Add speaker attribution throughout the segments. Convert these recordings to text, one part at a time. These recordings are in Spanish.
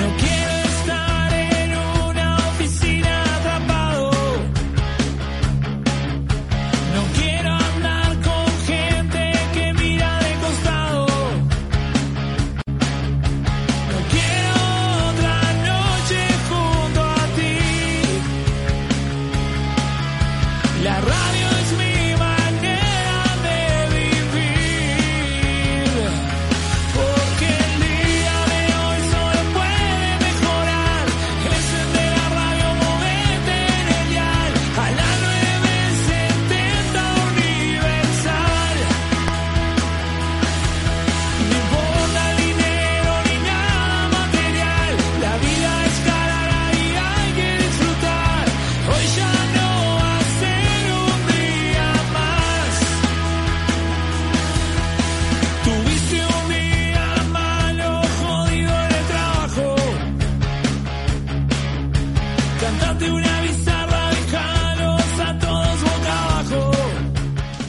Speaker 1: No quiero estar en una oficina atrapado. No quiero andar con gente que mira de costado. No quiero otra noche junto a ti. La radio es mi manera de vivir. Porque el día de hoy solo puede mejorar. Encender la radio, moverte en el dial. A la 970 universal. No importa el dinero ni nada material. La vida es cara y hay que disfrutar. Hoy ya no va a ser un día más. Tuviste un día malo, jodido en el trabajo. Cantaste una bizarra, dejaros a todos boca abajo.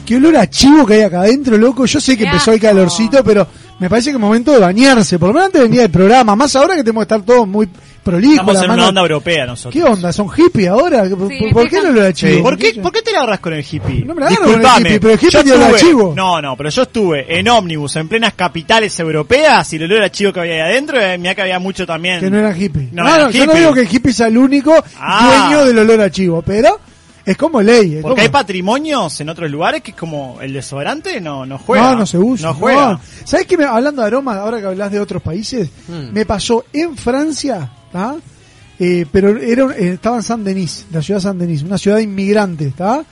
Speaker 2: Qué olor a chivo que hay acá adentro, loco. Yo sé que
Speaker 3: Qué
Speaker 2: empezó el
Speaker 3: asco.
Speaker 2: calorcito, pero me parece que es momento de bañarse. Por lo menos antes venía el programa. Más ahora que tenemos que estar todos muy prolijos.
Speaker 4: Estamos
Speaker 2: la
Speaker 4: en
Speaker 2: mano-
Speaker 4: una onda europea nosotros.
Speaker 2: ¿Qué onda? ¿Son hippies ahora? ¿Por,
Speaker 3: Sí,
Speaker 2: por- por qué
Speaker 3: deja-
Speaker 2: el olor a
Speaker 4: Sí.
Speaker 2: chivo?
Speaker 4: ¿Por, qué, ¿Por qué te la agarras con el hippie?
Speaker 2: No me la agarro con el hippie, pero el hippie
Speaker 4: yo
Speaker 2: tiene olor a
Speaker 4: estuve-
Speaker 2: chivo.
Speaker 4: No, no, pero yo estuve en ómnibus en plenas capitales europeas y el olor a chivo que había ahí adentro, eh, mirá que había mucho también.
Speaker 2: Que no eran hippies.
Speaker 4: No,
Speaker 2: No, no,
Speaker 4: eran
Speaker 2: yo no
Speaker 4: hippies.
Speaker 2: digo que el hippie sea el único
Speaker 4: Ah.
Speaker 2: dueño del olor a chivo, pero es como ley. es
Speaker 4: Porque hay
Speaker 2: como-
Speaker 4: patrimonios en otros lugares que es como el desodorante no, no juega.
Speaker 2: No, no se usa.
Speaker 4: No juega.
Speaker 2: no. ¿Sabés que me- hablando de aromas, ahora que hablas de otros países,
Speaker 4: Hmm.
Speaker 2: me pasó en Francia, ¿tá? Eh, pero era, un- eh, estaba en San Denis, la ciudad de San Denis, una ciudad de inmigrantes, ¿está?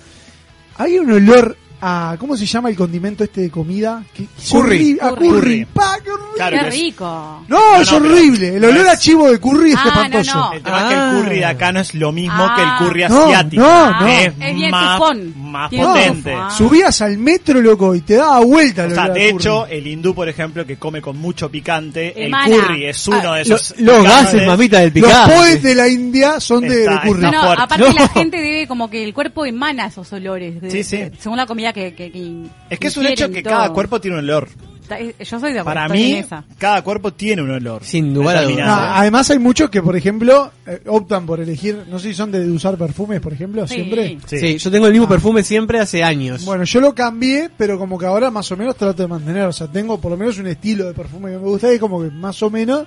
Speaker 2: Hay un olor a, ¿cómo se llama el condimento este de comida? Que- que es
Speaker 5: Curry.
Speaker 2: horrible, A
Speaker 3: Curry.
Speaker 2: curry. pa, qué horrible.
Speaker 4: Claro
Speaker 3: Qué
Speaker 4: que es-
Speaker 3: rico.
Speaker 2: No,
Speaker 4: No,
Speaker 2: es
Speaker 4: no, pero-
Speaker 2: horrible. El
Speaker 4: no
Speaker 2: olor
Speaker 4: es-
Speaker 2: a chivo de curry es
Speaker 3: Ah,
Speaker 2: espantoso.
Speaker 3: no, no.
Speaker 4: El tema es que
Speaker 5: Ah.
Speaker 4: el curry de acá no es lo mismo
Speaker 3: Ah.
Speaker 4: que el curry
Speaker 2: No,
Speaker 4: asiático.
Speaker 2: no, no.
Speaker 4: que
Speaker 3: Es bien
Speaker 4: más,
Speaker 3: tufón.
Speaker 4: más
Speaker 3: Tiene Ah.
Speaker 4: potente.
Speaker 3: tufón.
Speaker 2: Subías al metro, loco, y te daba vuelta
Speaker 4: O
Speaker 2: el
Speaker 4: sea,
Speaker 2: olor a
Speaker 4: de
Speaker 2: curry.
Speaker 4: hecho, el hindú, por ejemplo, que come con mucho picante,
Speaker 3: Emana.
Speaker 4: el curry es uno
Speaker 2: Ah,
Speaker 4: de esos.
Speaker 5: Los
Speaker 4: picantes.
Speaker 5: gases, mamita, del
Speaker 2: los
Speaker 5: picante.
Speaker 2: poes de la India son de,
Speaker 4: Está-
Speaker 2: de curry.
Speaker 3: No,
Speaker 4: está
Speaker 3: no,
Speaker 4: fuerte.
Speaker 3: aparte
Speaker 4: No.
Speaker 3: la gente debe como que el cuerpo emana esos olores. de-
Speaker 4: Sí, sí.
Speaker 3: según la comida que, que- que
Speaker 4: Es que es un hecho
Speaker 3: ingieren
Speaker 4: que
Speaker 3: todo.
Speaker 4: cada cuerpo tiene un olor.
Speaker 3: Está- es- Yo soy de acuerdo.
Speaker 4: Para
Speaker 3: estoy
Speaker 4: mí,
Speaker 3: en esa.
Speaker 4: cada cuerpo tiene un olor.
Speaker 5: Sin lugar a dudas.
Speaker 2: No,
Speaker 4: Determinado.
Speaker 2: además hay muchos que, por ejemplo, eh, optan por elegir, no sé si son de usar perfumes, por ejemplo,
Speaker 3: Sí.
Speaker 2: siempre.
Speaker 4: Sí. Ah.
Speaker 5: Sí. yo tengo el mismo perfume siempre hace años.
Speaker 2: Bueno, yo lo cambié, pero como que ahora más o menos trato de mantener, o sea, tengo por lo menos un estilo de perfume que me gusta y como que más o menos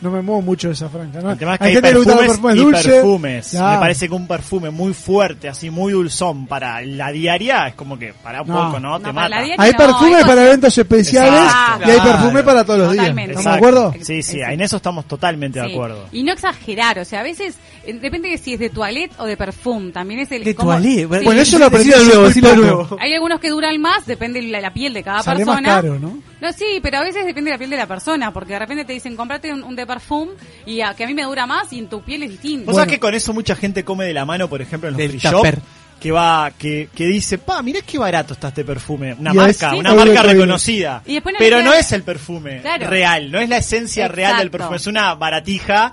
Speaker 2: no me muevo mucho de esa franja. ¿no?
Speaker 4: El tema es que hay,
Speaker 2: gente que le
Speaker 4: perfumes,
Speaker 2: gustan los
Speaker 4: y
Speaker 2: dulces.
Speaker 4: perfumes. Me
Speaker 2: Claro.
Speaker 4: parece que un perfume muy fuerte, así muy dulzón para la diaria es como que para un
Speaker 2: No.
Speaker 4: poco, ¿no?
Speaker 3: No,
Speaker 4: Te
Speaker 3: para la
Speaker 4: mata.
Speaker 3: diaria-
Speaker 2: Hay
Speaker 3: No,
Speaker 2: perfumes
Speaker 3: hay
Speaker 2: para
Speaker 3: cosas-
Speaker 2: eventos especiales
Speaker 3: Exacto.
Speaker 2: y hay
Speaker 5: Claro.
Speaker 2: perfume para todos los días.
Speaker 3: Totalmente.
Speaker 2: ¿Estamos
Speaker 4: Exacto.
Speaker 2: de acuerdo?
Speaker 4: Sí, sí,
Speaker 3: Exacto.
Speaker 4: en eso estamos totalmente de
Speaker 3: Sí.
Speaker 4: acuerdo.
Speaker 3: Y no exagerar, o sea, a veces eh, depende de si es de toilet o de perfume. También es el.
Speaker 5: De
Speaker 3: cómo-
Speaker 5: toilet.
Speaker 3: Sí.
Speaker 2: Bueno, eso lo aprendí
Speaker 5: Decilo de nuevo,
Speaker 2: hace muy
Speaker 5: decilo de
Speaker 2: poco.
Speaker 5: nuevo.
Speaker 3: Hay algunos que duran más, depende de la, la piel de cada
Speaker 2: Sale más
Speaker 3: persona.
Speaker 2: caro, ¿no?
Speaker 3: No, sí, pero a veces depende de la piel de la persona, porque de repente te dicen, comprate un, un de perfume y a, que a mí me dura más y en tu piel es
Speaker 4: Vos
Speaker 3: distinto.
Speaker 4: sabés que con eso mucha gente come de la mano, por ejemplo, en los
Speaker 5: Del
Speaker 4: free shop,
Speaker 5: tupper.
Speaker 4: que va, que, que dice, pa, mirá qué barato está este perfume. Una
Speaker 2: Y a veces-
Speaker 4: marca, una
Speaker 2: Sí.
Speaker 4: marca
Speaker 2: Obvio,
Speaker 4: reconocida.
Speaker 3: obvio. Y después no
Speaker 4: pero
Speaker 3: le
Speaker 4: no
Speaker 3: queda-
Speaker 4: es el perfume
Speaker 3: Claro.
Speaker 4: real, no es la esencia real del
Speaker 3: Exacto.
Speaker 4: perfume, es una baratija,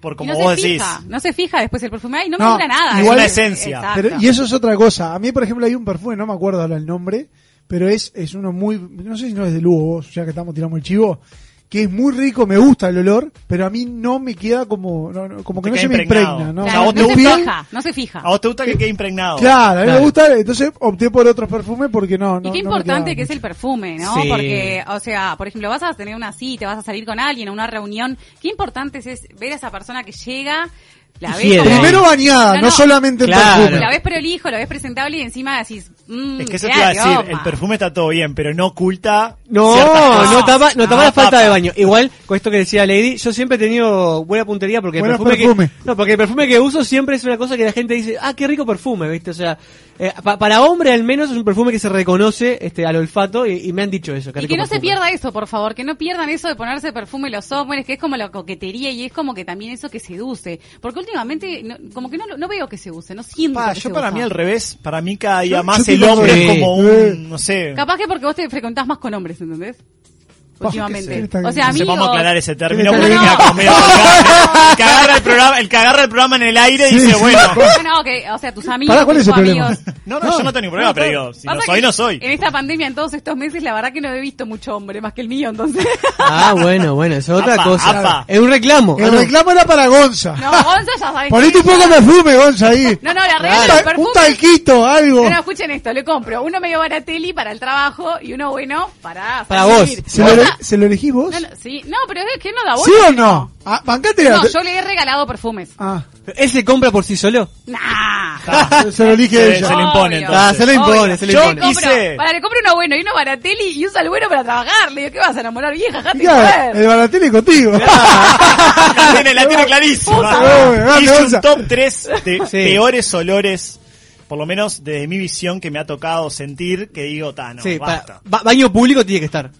Speaker 4: por como
Speaker 3: y no
Speaker 4: vos
Speaker 3: se
Speaker 4: decís.
Speaker 3: fija, no se fija después el perfume, ay, no, me
Speaker 2: No,
Speaker 3: dura nada.
Speaker 2: igual-
Speaker 3: Eh,
Speaker 2: Es
Speaker 4: una esencia.
Speaker 3: exacto.
Speaker 2: Pero- y eso es otra cosa. A mí, por ejemplo, hay un perfume, no me acuerdo ahora el nombre, pero es, es uno muy, no sé si no es de Lugo vos, ya que estamos tirando el chivo, que es muy rico, me gusta el olor, pero a mí no me queda como, no, no, como
Speaker 4: Te
Speaker 2: que no
Speaker 4: queda
Speaker 2: se me
Speaker 4: impregnado.
Speaker 2: impregna, ¿no?
Speaker 4: O
Speaker 3: Claro,
Speaker 4: sea, vos te
Speaker 3: no se
Speaker 4: gusta-
Speaker 3: fija, no se fija.
Speaker 4: A vos te gusta que quede impregnado.
Speaker 2: Claro, a mí me
Speaker 5: Claro.
Speaker 2: gusta, entonces opté por otros perfumes porque no, no.
Speaker 3: y qué
Speaker 2: no me
Speaker 3: importante
Speaker 2: queda
Speaker 3: que es el
Speaker 2: mucho.
Speaker 3: perfume, ¿no?
Speaker 5: Sí.
Speaker 3: Porque, o sea, por ejemplo, vas a tener una cita, vas a salir con alguien a una reunión. Qué importante es, es ver a esa persona que llega, la ves.
Speaker 5: Fiel.
Speaker 3: como-
Speaker 2: Primero bañada,
Speaker 3: No,
Speaker 2: no,
Speaker 3: no.
Speaker 2: solamente
Speaker 5: Claro.
Speaker 2: el
Speaker 3: La
Speaker 2: perfume.
Speaker 3: ves prolijo, la ves presentable y encima decís. mm,
Speaker 4: Es que eso
Speaker 3: mirá
Speaker 4: te iba a
Speaker 3: qué
Speaker 4: decir,
Speaker 3: goma.
Speaker 4: el perfume está todo bien, pero no oculta
Speaker 5: No,
Speaker 4: ciertas cosas.
Speaker 5: no tapa, no tapa
Speaker 4: Ah,
Speaker 5: la falta
Speaker 4: tapa.
Speaker 5: de baño. Igual, con esto que decía Lady, yo siempre he tenido buena puntería porque el
Speaker 2: Buenos
Speaker 5: perfume,
Speaker 2: perfumes.
Speaker 5: Que, no, porque el perfume que uso siempre es una cosa que la gente dice, ah, qué rico perfume, viste, o sea, eh, pa- para hombre al menos es un perfume que se reconoce, este, al olfato y, y me han dicho eso. qué
Speaker 3: Y
Speaker 5: rico
Speaker 3: que no se
Speaker 5: perfume.
Speaker 3: pierda eso, por favor, que no pierdan eso de ponerse perfume los hombres, que es como la coquetería y es como que también eso que seduce. Porque últimamente, no- como que no, lo- no veo que se use, no siento.
Speaker 4: Pa,
Speaker 3: que
Speaker 4: yo
Speaker 3: se
Speaker 4: para
Speaker 3: usa.
Speaker 4: mí al revés, para mí cada día
Speaker 2: Yo-
Speaker 4: más
Speaker 2: yo
Speaker 4: el
Speaker 2: tengo
Speaker 4: hombre es
Speaker 5: que-
Speaker 4: como
Speaker 2: Eh.
Speaker 4: un, no sé,
Speaker 3: Capaz que porque vos te frecuentás más con hombres, ¿entendés?
Speaker 2: Pa,
Speaker 3: últimamente.
Speaker 2: qué sé.
Speaker 3: O sea,
Speaker 4: No sé, vamos a aclarar
Speaker 3: amigos.
Speaker 4: ese término
Speaker 2: ¿Qué
Speaker 4: porque
Speaker 2: le
Speaker 4: queda
Speaker 3: está-
Speaker 4: como medio colgante. El que agarra el programa, el que agarra el programa en el aire
Speaker 2: Sí,
Speaker 4: dice,
Speaker 2: sí.
Speaker 4: bueno.
Speaker 3: Bueno, ok, o sea, tus amigos.
Speaker 2: Pará, ¿cuál
Speaker 3: tus
Speaker 2: es el problema?
Speaker 3: amigos.
Speaker 4: No, no, yo no tengo ningún problema, pero digo, si no
Speaker 3: Pasa
Speaker 4: soy,
Speaker 3: que
Speaker 4: no soy.
Speaker 3: En esta pandemia, en todos estos meses, la verdad que no he visto mucho hombre más que el mío, entonces.
Speaker 5: Ah, bueno, bueno, eso es otra
Speaker 4: Apa,
Speaker 5: cosa.
Speaker 4: apa.
Speaker 5: Es un reclamo. Ah,
Speaker 2: El reclamo era para Gonza.
Speaker 3: No, Gonza ya sabes.
Speaker 2: Ponete un poco de perfume, Gonza, ahí.
Speaker 3: No, no, la regla
Speaker 2: Un
Speaker 3: del
Speaker 2: ta-
Speaker 3: perfume.
Speaker 2: un talquito, algo.
Speaker 3: No, no, escuchen esto, le compro uno medio barateli para el trabajo y uno bueno para
Speaker 5: Para
Speaker 3: salir.
Speaker 5: vos.
Speaker 2: ¿Se lo, ele- se lo elegís vos?
Speaker 3: No, no, sí, no, pero es que él no da
Speaker 2: ¿Sí
Speaker 3: bola.
Speaker 2: o no? Ah, bancate la-
Speaker 3: No, yo le he regalado perfumes.
Speaker 2: Ah,
Speaker 5: ¿Él se compra por sí solo?
Speaker 3: Nah.
Speaker 2: se- se lo elige
Speaker 4: Se,
Speaker 2: ella.
Speaker 4: se le impone
Speaker 3: Obvio.
Speaker 5: Ah,
Speaker 4: entonces.
Speaker 5: se lo impone,
Speaker 3: Obvio.
Speaker 5: se lo
Speaker 4: Yo
Speaker 5: impone.
Speaker 3: Le compro-
Speaker 4: hice-
Speaker 3: Para, le compro uno bueno y uno barateli y usa el bueno para trabajar. Le digo, ¿qué vas a enamorar, vieja? Jate de
Speaker 2: Claro, el
Speaker 3: joder.
Speaker 2: baratini contigo.
Speaker 4: La tiene, la tiene clarísima.
Speaker 2: madre. Dame,
Speaker 4: Hice un
Speaker 2: Gonza.
Speaker 4: top 3 de
Speaker 5: Sí.
Speaker 4: peores olores, por lo menos desde mi visión que me ha tocado sentir, que digo, Tano,
Speaker 5: sí, para-
Speaker 4: basta.
Speaker 5: ba- baño público tiene que estar.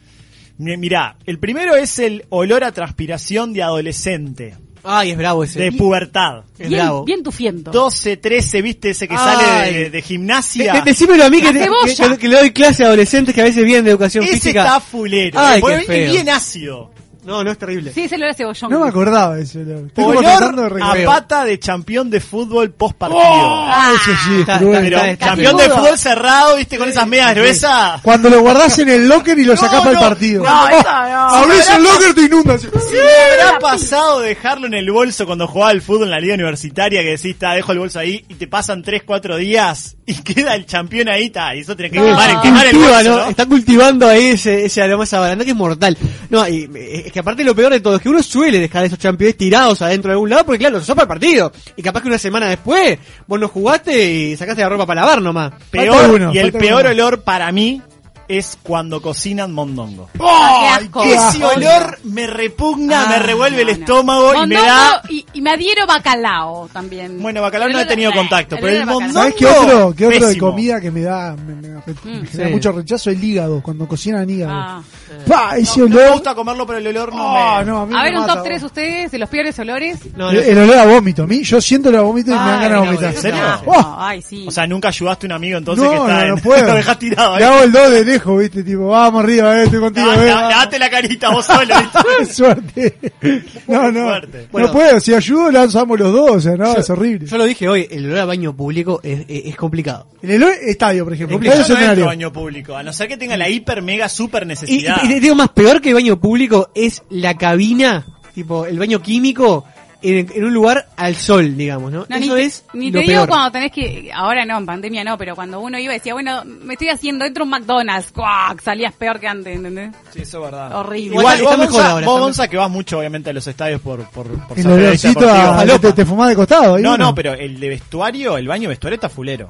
Speaker 4: Mi- Mirá, el primero es el olor a transpiración de adolescente,
Speaker 5: Ay, es bravo ese.
Speaker 4: de pubertad.
Speaker 5: es
Speaker 3: Bien,
Speaker 5: bravo.
Speaker 3: bien tufiento.
Speaker 4: 12, 13, viste, ese que
Speaker 5: Ay.
Speaker 4: sale de, de
Speaker 5: De-
Speaker 4: gimnasia.
Speaker 5: de- Eh, decímelo a mí que,
Speaker 3: La
Speaker 5: te- que-
Speaker 3: cebolla.
Speaker 5: que- que le doy clase a adolescentes que a veces vienen de educación
Speaker 4: ese
Speaker 5: física.
Speaker 4: está fulero.
Speaker 5: Ay,
Speaker 4: Porque
Speaker 5: qué
Speaker 4: viene
Speaker 5: feo.
Speaker 4: bien ácido.
Speaker 5: No, no es terrible.
Speaker 3: Sí, ese olor a cebollón.
Speaker 2: No me acordaba de ese olor. Estoy como tratando de
Speaker 4: Olor a
Speaker 2: recordar.
Speaker 4: pata de campeón de fútbol post partido.
Speaker 3: Oh.
Speaker 2: Ah, ese sí,
Speaker 5: Está-
Speaker 2: cruel.
Speaker 5: está-
Speaker 4: Pero
Speaker 5: está- está-
Speaker 4: campeón de fútbol cerrado, viste, con esas medias gruesas.
Speaker 2: Cuando lo guardás en el locker y lo sacás
Speaker 4: No,
Speaker 2: para el
Speaker 4: no,
Speaker 2: partido.
Speaker 4: no,
Speaker 3: eso no.
Speaker 2: Abrís el locker, te inundas.
Speaker 4: ¿Qué le habrá pasado dejarlo en el bolso cuando jugaba al fútbol en la liga universitaria que decís, "Ta, dejo el bolso ahí y te pasan 3, 4 días y queda el campeón ahí, ta, y eso tenés que quemar, el- quemar el
Speaker 5: Cultiva,
Speaker 4: bolso,
Speaker 5: ¿no?
Speaker 4: ¿no?
Speaker 5: Está cultivando ahí ese, ese aroma esa baranda que es mortal. No, y, eh, es que aparte lo peor de todo es que uno suele dejar esos campeones tirados adentro de algún lado porque claro, los usás para el partido. Y capaz que una semana después vos no jugaste y sacaste la ropa para lavar nomás.
Speaker 4: Peor,
Speaker 2: Falta uno,
Speaker 4: y el
Speaker 2: falta
Speaker 4: peor
Speaker 2: uno.
Speaker 4: olor para mí es cuando cocinan mondongo.
Speaker 3: Ah, qué asco.
Speaker 4: Ese olor me repugna,
Speaker 5: Ah,
Speaker 4: me revuelve el
Speaker 3: No, no.
Speaker 4: estómago y me
Speaker 3: Mondongo
Speaker 4: da...
Speaker 3: Y, y me adhiero bacalao también.
Speaker 4: Bueno, bacalao
Speaker 3: El
Speaker 4: no he
Speaker 3: olor-
Speaker 4: tenido
Speaker 3: eh,
Speaker 4: contacto, pero el
Speaker 3: olor de bacalao.
Speaker 4: mondongo-
Speaker 2: ¿Sabes qué otro, qué otro de
Speaker 4: Pésimo.
Speaker 2: comida que me da, me, me- me genera
Speaker 5: sí.
Speaker 2: mucho rechazo? El hígado, cuando cocinan hígado.
Speaker 3: Ah.
Speaker 2: Pa, ese
Speaker 4: No me
Speaker 2: olor.
Speaker 4: gusta comerlo, pero el olor no
Speaker 2: Ah,
Speaker 4: me...
Speaker 2: no, a mí
Speaker 3: A
Speaker 2: me
Speaker 3: ver, un
Speaker 2: mata,
Speaker 3: top 3
Speaker 2: vos.
Speaker 3: ustedes de los peores olores.
Speaker 5: No,
Speaker 2: El,
Speaker 5: no,
Speaker 2: el olor a vómito. A mí, yo siento el olor a vómito y me dan
Speaker 5: Ay,
Speaker 2: ganas de
Speaker 5: no,
Speaker 2: vomitar.
Speaker 4: ¿en serio?
Speaker 2: Oh,
Speaker 3: Ay, sí.
Speaker 4: O sea, nunca ayudaste a un amigo entonces
Speaker 2: no,
Speaker 4: que está
Speaker 2: no, no
Speaker 4: en...
Speaker 2: puedo.
Speaker 4: Lo dejás tirado ahí.
Speaker 2: Le hago el do de lejos, viste, tipo, vamos arriba, eh, estoy contigo,
Speaker 4: Ah,
Speaker 2: eh,
Speaker 4: la-
Speaker 2: vamos.
Speaker 4: Lavate la carita vos solo, ¿viste?
Speaker 2: Suerte. No, no.
Speaker 4: Fuerte.
Speaker 5: Bueno.
Speaker 2: No puedo, si ayudo lanzamos los dos, o sea, no, es horrible.
Speaker 5: yo lo dije hoy, el olor a baño público es, es- es complicado.
Speaker 2: En el estadio, por ejemplo.
Speaker 4: Yo
Speaker 2: estadio
Speaker 4: no entro
Speaker 2: centenario.
Speaker 4: a baño público, a no ser que tenga la hiper mega super
Speaker 5: Y, y-
Speaker 4: necesidad.
Speaker 5: y te digo más, peor que el baño público es la cabina, tipo el baño químico en, en un lugar al sol, digamos, ¿no?
Speaker 3: No,
Speaker 5: Eso
Speaker 3: ni,
Speaker 5: es
Speaker 3: ni
Speaker 5: lo
Speaker 3: te digo
Speaker 5: peor.
Speaker 3: cuando tenés que, ahora no, en pandemia no, pero cuando uno iba y decía, bueno, me estoy haciendo, entro a un McDonald's, ¡cuac! salías peor que antes, ¿entendés?
Speaker 4: Sí, eso es verdad.
Speaker 3: Horrible.
Speaker 4: Igual,
Speaker 5: Está
Speaker 4: vos,
Speaker 5: mejor
Speaker 4: Gonza,
Speaker 5: ahora,
Speaker 4: vos,
Speaker 5: está
Speaker 4: Gonza, que vas mucho obviamente a los estadios por, por, por
Speaker 2: El
Speaker 4: ser periodista
Speaker 2: olorcito a,
Speaker 4: deportivo.
Speaker 2: a- ah, te, te fumás de costado. ahí
Speaker 4: No,
Speaker 2: uno.
Speaker 4: no, pero el de vestuario, el baño de vestuario está fulero.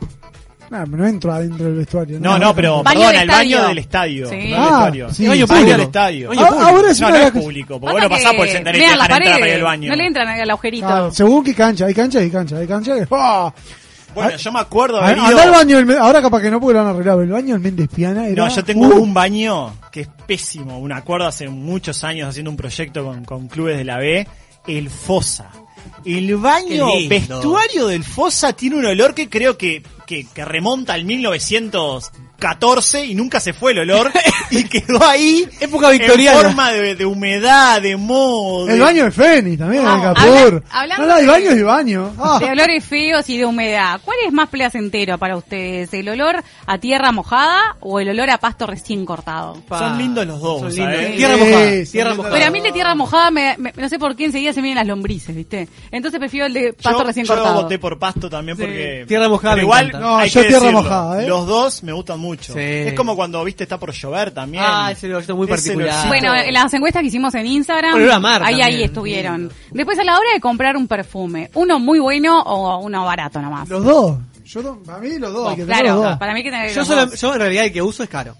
Speaker 2: Nah, no entro adentro del vestuario.
Speaker 4: No, no, pero
Speaker 3: Baño
Speaker 4: perdona,
Speaker 3: del
Speaker 4: el baño
Speaker 3: estadio.
Speaker 4: del estadio.
Speaker 3: Sí.
Speaker 4: No el
Speaker 3: Ah,
Speaker 4: vestuario.
Speaker 2: sí,
Speaker 4: el baño
Speaker 5: sí.
Speaker 4: público.
Speaker 5: Baño
Speaker 4: del
Speaker 5: del
Speaker 4: estadio.
Speaker 5: baño
Speaker 4: Ah,
Speaker 2: ahora, ahora es
Speaker 4: no,
Speaker 2: una
Speaker 4: no es
Speaker 2: de las cosas-
Speaker 4: público, porque
Speaker 3: Pasa
Speaker 4: vos lo pasás
Speaker 3: que
Speaker 4: por el senderito y
Speaker 3: mean la
Speaker 4: dejan entrar para ir
Speaker 3: pared,
Speaker 4: al baño.
Speaker 3: No le entran al agujerito.
Speaker 2: Ah, según qué cancha, hay canchas, hay canchas, hay canchas. que- ¡Ah!
Speaker 4: Bueno, yo me acuerdo
Speaker 2: A-
Speaker 4: haber ido...
Speaker 2: Andá al baño, del Men- ahora capaz que no porque lo han arreglado. El baño del Méndez Piana era.
Speaker 4: No, yo tengo
Speaker 2: Uh,
Speaker 4: un baño que es pésimo. Un acuerdo hace muchos años haciendo un proyecto con, con clubes de la B, el Fosa. El baño
Speaker 5: Qué lindo.
Speaker 4: vestuario del Fosa tiene un olor que creo que, que, que remonta al 1914 y nunca se fue el olor y quedó ahí
Speaker 5: Época
Speaker 4: en
Speaker 5: victoriana.
Speaker 4: forma de, de humedad, de moho. de-
Speaker 2: El baño de Fénix también,
Speaker 3: Ah,
Speaker 2: el Capur.
Speaker 3: habla- hablando
Speaker 2: no, no, hay
Speaker 3: de-
Speaker 2: baños y baños. Ah,
Speaker 3: De olores feos y de humedad. ¿Cuál es más placentero para ustedes? ¿El olor a tierra mojada o el olor a pasto recién cortado?
Speaker 4: Son lindos los dos,
Speaker 5: Son
Speaker 4: ¿sabes?
Speaker 5: lindos.
Speaker 4: Tierra
Speaker 5: Tierra
Speaker 2: Sí,
Speaker 5: mojada.
Speaker 2: sí,
Speaker 5: tierra
Speaker 2: sí,
Speaker 5: mojada.
Speaker 3: Pero a mí el de tierra mojada, me, me- no sé por qué enseguida se me vienen las lombrices, ¿viste? Entonces prefiero el de pasto
Speaker 4: yo,
Speaker 3: recién
Speaker 4: yo
Speaker 3: cortado.
Speaker 4: voté por pasto también porque
Speaker 5: Tierra mojada
Speaker 4: pero
Speaker 5: me
Speaker 4: igual
Speaker 5: encanta.
Speaker 2: No,
Speaker 4: hay
Speaker 2: yo
Speaker 4: que
Speaker 2: tierra
Speaker 4: decirlo,
Speaker 2: mojada, ¿eh?
Speaker 4: los dos me gustan mucho
Speaker 5: Sí.
Speaker 4: es como cuando viste está por llover también
Speaker 5: Ah, ese olorcito muy particular.
Speaker 4: olorcito.
Speaker 3: Bueno, en las encuestas que hicimos en Instagram,
Speaker 5: Olor a mar
Speaker 3: ahí
Speaker 5: también.
Speaker 3: ahí estuvieron. Después a la hora de comprar un perfume, uno muy bueno o uno barato nomás.
Speaker 2: los dos. Yo, no- para mí, los dos. hay que tener
Speaker 3: claro,
Speaker 2: los dos.
Speaker 3: para mí que tener
Speaker 5: Yo,
Speaker 3: los
Speaker 5: solo,
Speaker 3: dos.
Speaker 5: yo en realidad el que uso es caro.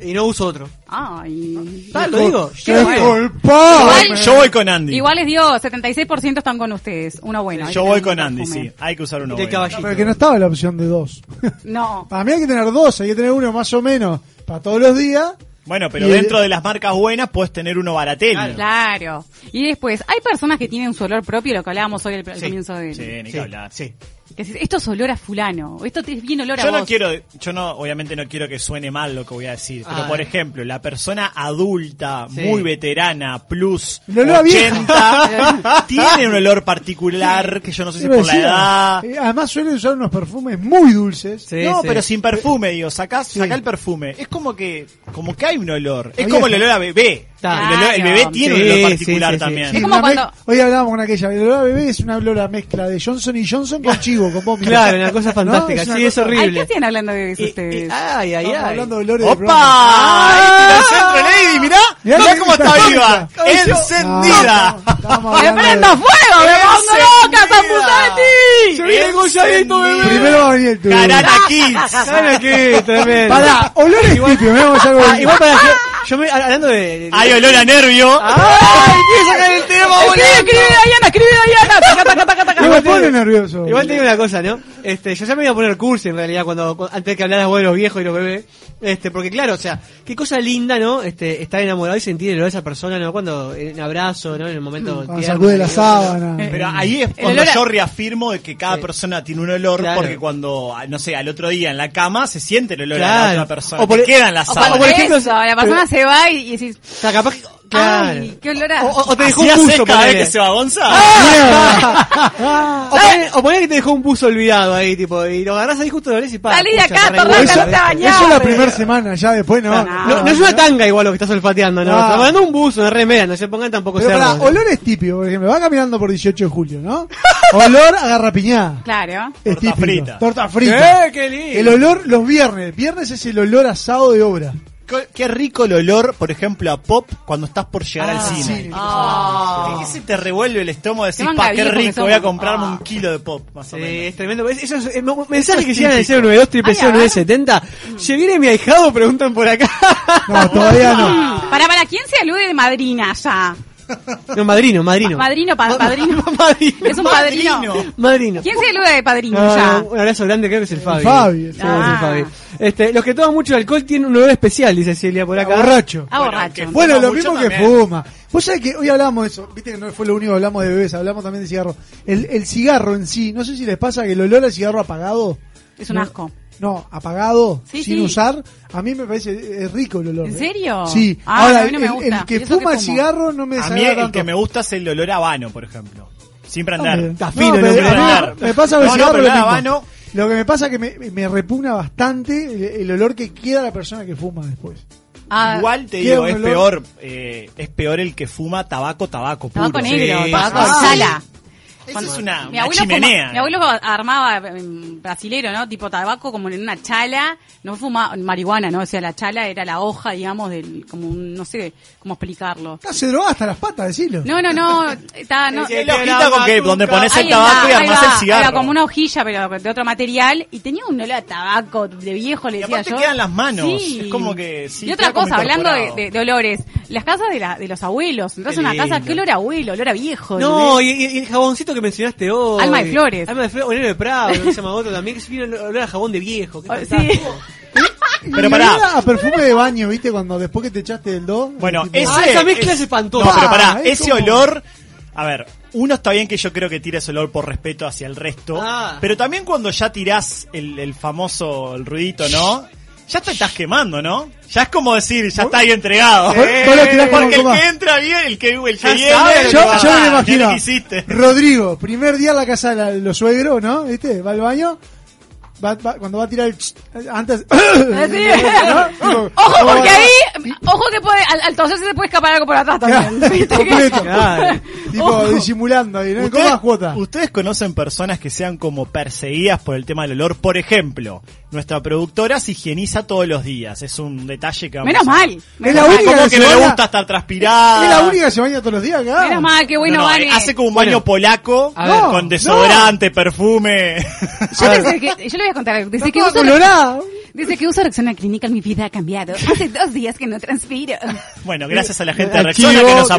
Speaker 5: Y no uso otro.
Speaker 3: Ay.
Speaker 5: Ah, lo digo.
Speaker 2: ¡Qué
Speaker 5: Yo-
Speaker 4: Yo
Speaker 2: culpa!
Speaker 4: voy- eh, yo voy con Andy
Speaker 3: Igual les digo, 76% están con ustedes, uno bueno. Este hay
Speaker 4: yo
Speaker 3: que
Speaker 4: voy
Speaker 3: tener
Speaker 4: con
Speaker 3: un
Speaker 4: Andy
Speaker 3: perfume.
Speaker 4: sí hay que usar uno
Speaker 5: Y el
Speaker 4: bueno.
Speaker 5: caballito.
Speaker 2: Pero que no estaba la opción de dos.
Speaker 3: No.
Speaker 2: Para mí hay que tener dos, hay que tener uno más o menos para todos los días.
Speaker 4: bueno pero
Speaker 2: Y el-
Speaker 4: dentro de las marcas buenas puedes tener uno baratel
Speaker 3: Claro. Y después, hay personas que tienen su olor propio, lo que hablábamos hoy al al
Speaker 5: Sí,
Speaker 3: comienzo del...
Speaker 4: sí, ni que
Speaker 5: Sí,
Speaker 4: hablar.
Speaker 5: sí.
Speaker 3: Que decís, esto es olor a fulano, esto te es bien olor a
Speaker 4: Yo no
Speaker 3: vos.
Speaker 4: quiero, yo no, obviamente no quiero que suene mal lo que voy a decir, pero
Speaker 5: Ah.
Speaker 4: por ejemplo, la persona adulta,
Speaker 5: Sí.
Speaker 4: muy veterana, plus
Speaker 2: El olor a vieja.
Speaker 4: 80, tiene un olor particular que yo no sé si
Speaker 2: Iba a
Speaker 4: por la
Speaker 2: decir,
Speaker 4: edad.
Speaker 2: eh, además suelen usar unos perfumes muy dulces.
Speaker 5: Sí,
Speaker 4: no,
Speaker 5: sí.
Speaker 4: pero sin perfume, digo, sacás,
Speaker 2: Sí.
Speaker 4: sacá el perfume. Es como que, como que hay un olor. Es
Speaker 2: Había-
Speaker 4: como el olor a bebé.
Speaker 5: Claro.
Speaker 4: El, olor- el bebé tiene un
Speaker 5: Sí,
Speaker 4: olor
Speaker 5: sí,
Speaker 4: particular
Speaker 5: sí, sí.
Speaker 4: también.
Speaker 2: Sí,
Speaker 3: Es como
Speaker 2: la mez-
Speaker 3: cuando-
Speaker 2: Hoy hablábamos con aquella, el olor a bebé es una olor a mezcla de Johnson y Johnson con chivo, con vómito.
Speaker 5: Claro, una cosa
Speaker 2: No,
Speaker 5: fantástica.
Speaker 2: una
Speaker 5: sí, es
Speaker 2: cosa-
Speaker 3: Ay, ¿qué
Speaker 5: horrible.
Speaker 3: hacían hablando de eso
Speaker 5: Y- y-
Speaker 3: ustedes?
Speaker 5: ay, ay,
Speaker 2: Estamos
Speaker 5: ay.
Speaker 2: hablando de olores de
Speaker 4: ¡Opa! ¡Ahí tira el centro, Lady! ¡Mirá!
Speaker 2: Mirá
Speaker 4: ¡Mirá,
Speaker 2: la
Speaker 4: cómo está
Speaker 2: que-
Speaker 4: viva!
Speaker 2: Brown.
Speaker 4: ¡Encendida!
Speaker 2: No, estamos
Speaker 3: ¡Me
Speaker 2: hablando de-
Speaker 3: prendo fuego! ¡Me pongo loca,
Speaker 4: Encendida.
Speaker 3: Zapuzetti!
Speaker 4: ¡Se viene Goyadito, bebé!
Speaker 2: Primero va a venir el tubo.
Speaker 4: ¡Carana Kids!
Speaker 5: ¿Sabes qué? Tremendo.
Speaker 2: Pará, olores típicos, miramos algo
Speaker 5: Ah,
Speaker 2: de-
Speaker 5: igual para yo, yo me, hablando de. de-
Speaker 4: ¡Hay olor a nervio!
Speaker 5: Ah, ¡Ay! Empieza a caer el tema, boludo.
Speaker 3: ¡Escribe, escribe, Dayana! ¡Escribe, Dayana! ¡Taca, taca, taca, taca!
Speaker 2: No me
Speaker 5: Igual te
Speaker 2: pone
Speaker 5: digo-
Speaker 2: nervioso.
Speaker 5: Igual te digo una cosa, ¿no? Este, yo ya me iba a poner cursi en realidad cuando, cu- antes que hablaras vos de los viejos y los bebés. Este, porque claro, o sea, qué cosa linda, ¿no? Este, estar enamorado y sentir el olor de esa persona, ¿no? Cuando en un abrazo, ¿no? En el momento
Speaker 2: Cuando
Speaker 5: tierno,
Speaker 2: sacude la
Speaker 5: ¿no?
Speaker 2: sábana.
Speaker 4: Pero ahí es
Speaker 3: El
Speaker 4: cuando
Speaker 3: olor a-
Speaker 4: yo reafirmo de que cada
Speaker 5: Sí.
Speaker 4: persona tiene un olor,
Speaker 5: Claro.
Speaker 4: porque cuando, no sé, al otro día en la cama se siente el olor a la
Speaker 5: Claro.
Speaker 4: otra persona.
Speaker 5: O por-
Speaker 4: Te quedan las
Speaker 5: o
Speaker 3: O
Speaker 4: sábanas.
Speaker 5: por ejemplo,
Speaker 3: eso, la persona se va y, y decís,
Speaker 5: O sea, capaz que, claro.
Speaker 3: ¡ay, qué olor a... ¿eh?
Speaker 5: o, o- o te dejó
Speaker 4: ¿Así
Speaker 5: un
Speaker 4: haces
Speaker 5: buzo
Speaker 4: cada vez
Speaker 5: ponele. Ah.
Speaker 4: que se va Gonza?
Speaker 5: O ponele- O poner que te dejó un buzo olvidado ahí, tipo, y lo agarrás ahí justo de la oreja y pa.
Speaker 3: Salí de
Speaker 5: pucha,
Speaker 3: acá,
Speaker 5: te
Speaker 3: torrante,
Speaker 5: reíste.
Speaker 3: no te bañás.
Speaker 2: Eso la primera semana, ya después no.
Speaker 3: No,
Speaker 5: No, no es una tanga igual lo que estás olfateando, ¿no?
Speaker 2: Ah.
Speaker 5: Estamos hablando de un buzo, una remera, no se pongan tampoco
Speaker 2: Pero pará,
Speaker 5: cerdos.
Speaker 2: olores típicos, por ejemplo, va caminando por 18 de julio, ¿no? Olor a garrapiñada.
Speaker 3: Claro.
Speaker 2: Es
Speaker 4: Torta
Speaker 2: típico.
Speaker 4: frita.
Speaker 2: Torta frita.
Speaker 5: ¡Eh, qué lindo!
Speaker 2: El olor los viernes. Viernes es el olor asado de obra.
Speaker 4: Co- Qué rico el olor, por ejemplo, a pop cuando estás por llegar al
Speaker 5: Ah,
Speaker 4: cine.
Speaker 2: sí.
Speaker 3: Ah.
Speaker 4: ¿Por qué se te revuelve el estómago? Decís,
Speaker 3: Qué
Speaker 4: pa, qué
Speaker 3: mangaviejos que
Speaker 4: rico,
Speaker 3: somos".
Speaker 4: voy a comprarme un
Speaker 3: Ah.
Speaker 4: kilo de pop, más o
Speaker 5: Sí,
Speaker 4: menos.
Speaker 5: es tremendo. Es- Esos eh, mo- mensajes que llegan al 092 triple
Speaker 3: Ay, a ver.
Speaker 5: 970 Se viene mi ahijado, preguntan por acá.
Speaker 2: No, todavía no.
Speaker 3: Para, para, ¿quién se alude de madrina ya?
Speaker 5: No, madrino, madrino.
Speaker 3: Ah, Madrino, pa- padrino.
Speaker 5: Madrino.
Speaker 3: Es un padrino.
Speaker 5: Madrino.
Speaker 3: ¿Quién se alude de padrino
Speaker 5: No,
Speaker 3: ya? Ah.
Speaker 5: no, un abrazo grande, creo que es el Fabi.
Speaker 2: Fabi,
Speaker 5: Sí,
Speaker 2: el
Speaker 3: Fabi.
Speaker 5: es el Fabi. Este, los que toman mucho alcohol tienen un olor especial, dice Celia por acá.
Speaker 2: Borracho.
Speaker 3: Ah, borracho.
Speaker 4: aunque-
Speaker 2: Bueno,
Speaker 4: Fuma
Speaker 2: lo
Speaker 4: mucho
Speaker 2: mismo que
Speaker 4: también.
Speaker 2: fuma. Vos sabés que hoy hablamos de eso, viste que no fue lo único que hablamos de bebés, hablamos también de cigarro. El, el cigarro en sí, no sé si les pasa que el olor al cigarro apagado.
Speaker 3: Es un
Speaker 2: no-
Speaker 3: asco.
Speaker 2: No, apagado,
Speaker 3: Sí,
Speaker 2: sin
Speaker 3: sí.
Speaker 2: usar, a mí me parece eh, rico el olor.
Speaker 3: ¿En
Speaker 2: ¿eh?
Speaker 3: serio?
Speaker 2: Sí.
Speaker 3: Ah,
Speaker 2: Ahora,
Speaker 3: a mí no me
Speaker 2: el- el,
Speaker 3: gusta.
Speaker 2: que
Speaker 3: Y eso que
Speaker 2: fuma el
Speaker 3: fumo.
Speaker 2: cigarro no me
Speaker 4: A mí
Speaker 2: desagrada
Speaker 4: el
Speaker 2: tanto.
Speaker 4: que me gusta es el olor a habano, por ejemplo. Siempre
Speaker 2: Ah,
Speaker 4: andar.
Speaker 2: mira.
Speaker 5: Está fino, el
Speaker 2: No,
Speaker 5: hombre
Speaker 2: pero
Speaker 5: de
Speaker 2: a mí
Speaker 4: andar.
Speaker 2: me pasa con el
Speaker 4: No, no,
Speaker 2: cigarro
Speaker 4: pero
Speaker 2: lo
Speaker 4: el
Speaker 2: mismo.
Speaker 4: habano-
Speaker 2: Lo que me pasa es que me, me repugna bastante el, el olor que queda la persona que fuma después.
Speaker 3: Ah,
Speaker 4: Igual te
Speaker 2: Queda
Speaker 4: digo,
Speaker 2: un
Speaker 4: es
Speaker 2: olor-
Speaker 4: peor, eh, es peor el que fuma tabaco, tabaco puro.
Speaker 3: Tabaco negro,
Speaker 4: Sí.
Speaker 3: tabaco
Speaker 4: Ah,
Speaker 2: sí.
Speaker 3: sala.
Speaker 4: Eso es una,
Speaker 3: mi
Speaker 4: una
Speaker 3: abuelo fuma-
Speaker 4: chimenea.
Speaker 3: mi abuelo armaba em, brasilero, ¿no? Tipo tabaco como en una chala, no fumaba marihuana, ¿no? O sea, la chala era la hoja, digamos, del como un, no sé cómo explicarlo.
Speaker 2: Ah, se droga hasta las patas, decirlo.
Speaker 3: No, no, no, está no
Speaker 4: Es la hojita con que, donde pones el
Speaker 3: Ahí está,
Speaker 4: tabaco y
Speaker 3: ahí
Speaker 4: armás
Speaker 3: va,
Speaker 4: el
Speaker 3: Era
Speaker 4: cigarro.
Speaker 3: como una hojilla, pero de otro material. Y tenía un olor a tabaco de viejo, le
Speaker 4: Y
Speaker 3: decía
Speaker 4: aparte
Speaker 3: yo.
Speaker 4: quedan las manos, es como que sí,
Speaker 3: y otra
Speaker 4: queda como
Speaker 3: cosa, hablando de,
Speaker 4: incorporado.
Speaker 3: de- de olores. Las casas de, la- de los abuelos. Entras a una
Speaker 5: lindo.
Speaker 3: casa, ¿qué olor a abuelo? Olor a viejo.
Speaker 5: No, y, y- y el jaboncito que mencionaste hoy.
Speaker 3: Alma de Flores.
Speaker 5: Alma de Flores, Olero de Prado, que se llama otro también, que se viene olor a jabón de viejo. qué
Speaker 3: Ah, sí.
Speaker 5: fantástico.
Speaker 4: Pero
Speaker 2: Y
Speaker 4: pará.
Speaker 2: olor A perfume de baño, ¿viste? Cuando después que te echaste el do.
Speaker 4: Bueno,
Speaker 2: tipo,
Speaker 4: ese,
Speaker 5: Ah, esa mezcla es espantosa.
Speaker 4: No, pero pará,
Speaker 2: Ah, es
Speaker 4: ese
Speaker 2: como-
Speaker 4: olor. A ver, uno está bien que yo creo que tira ese olor por respeto hacia el resto.
Speaker 5: Ah.
Speaker 4: Pero también cuando ya tirás el, el famoso el ruidito, ¿no? Ya te estás quemando, ¿no? Ya es como decir, ya está ahí entregado.
Speaker 2: Vos- vos lo tirás como
Speaker 4: Porque el
Speaker 2: coma.
Speaker 4: que entra bien, el que, el que
Speaker 5: Ya
Speaker 4: viene,
Speaker 5: sabe
Speaker 4: el
Speaker 2: Yo,
Speaker 4: que
Speaker 5: Ah,
Speaker 2: yo me
Speaker 4: va, ya
Speaker 2: imagino.
Speaker 4: lo que hiciste.
Speaker 2: Rodrigo, primer día en la casa de la- los suegros, ¿no? ¿Viste? Va al baño. Va, va- cuando va a tirar el. ch- Antes.
Speaker 3: Así.
Speaker 2: ¿no?
Speaker 3: Ojo, porque ahí, ojo que puede, al, al toser se te puede escapar algo por atrás también. ¿Viste que-
Speaker 2: Completo.
Speaker 5: Claro.
Speaker 2: Tipo,
Speaker 3: Ojo.
Speaker 2: disimulando ahí, ¿no? ¿Cómo
Speaker 4: ¿Ustedes,
Speaker 2: más cuota?
Speaker 4: ustedes conocen personas que sean como perseguidas por el tema del olor? Por ejemplo, nuestra productora se higieniza todos los días. Es un detalle que vamos
Speaker 3: Menos
Speaker 4: a-
Speaker 3: mal.
Speaker 2: Es
Speaker 3: Menos
Speaker 2: la
Speaker 3: mal.
Speaker 2: única
Speaker 4: Como
Speaker 2: que
Speaker 4: que
Speaker 2: se
Speaker 4: no le
Speaker 2: baña-
Speaker 4: gusta estar transpirada.
Speaker 2: Es la única que se baña todos los días acá.
Speaker 3: Menos mal, qué bueno, eh,
Speaker 4: No, no,
Speaker 3: Vane.
Speaker 4: Hace como un baño
Speaker 5: Bueno.
Speaker 4: polaco
Speaker 5: A ver.
Speaker 4: con desodorante, perfume.
Speaker 3: Yo, desde que, yo le voy a contar algo. Desde
Speaker 2: Está
Speaker 3: que,
Speaker 2: toda
Speaker 3: uso,
Speaker 2: colorada.
Speaker 3: Desde que uso Rexona Clinical mi vida ha cambiado. Hace dos días que no transpiro.
Speaker 4: Bueno, gracias a la gente de
Speaker 5: Al
Speaker 4: Rexona
Speaker 5: chivo,
Speaker 4: que nos
Speaker 5: va a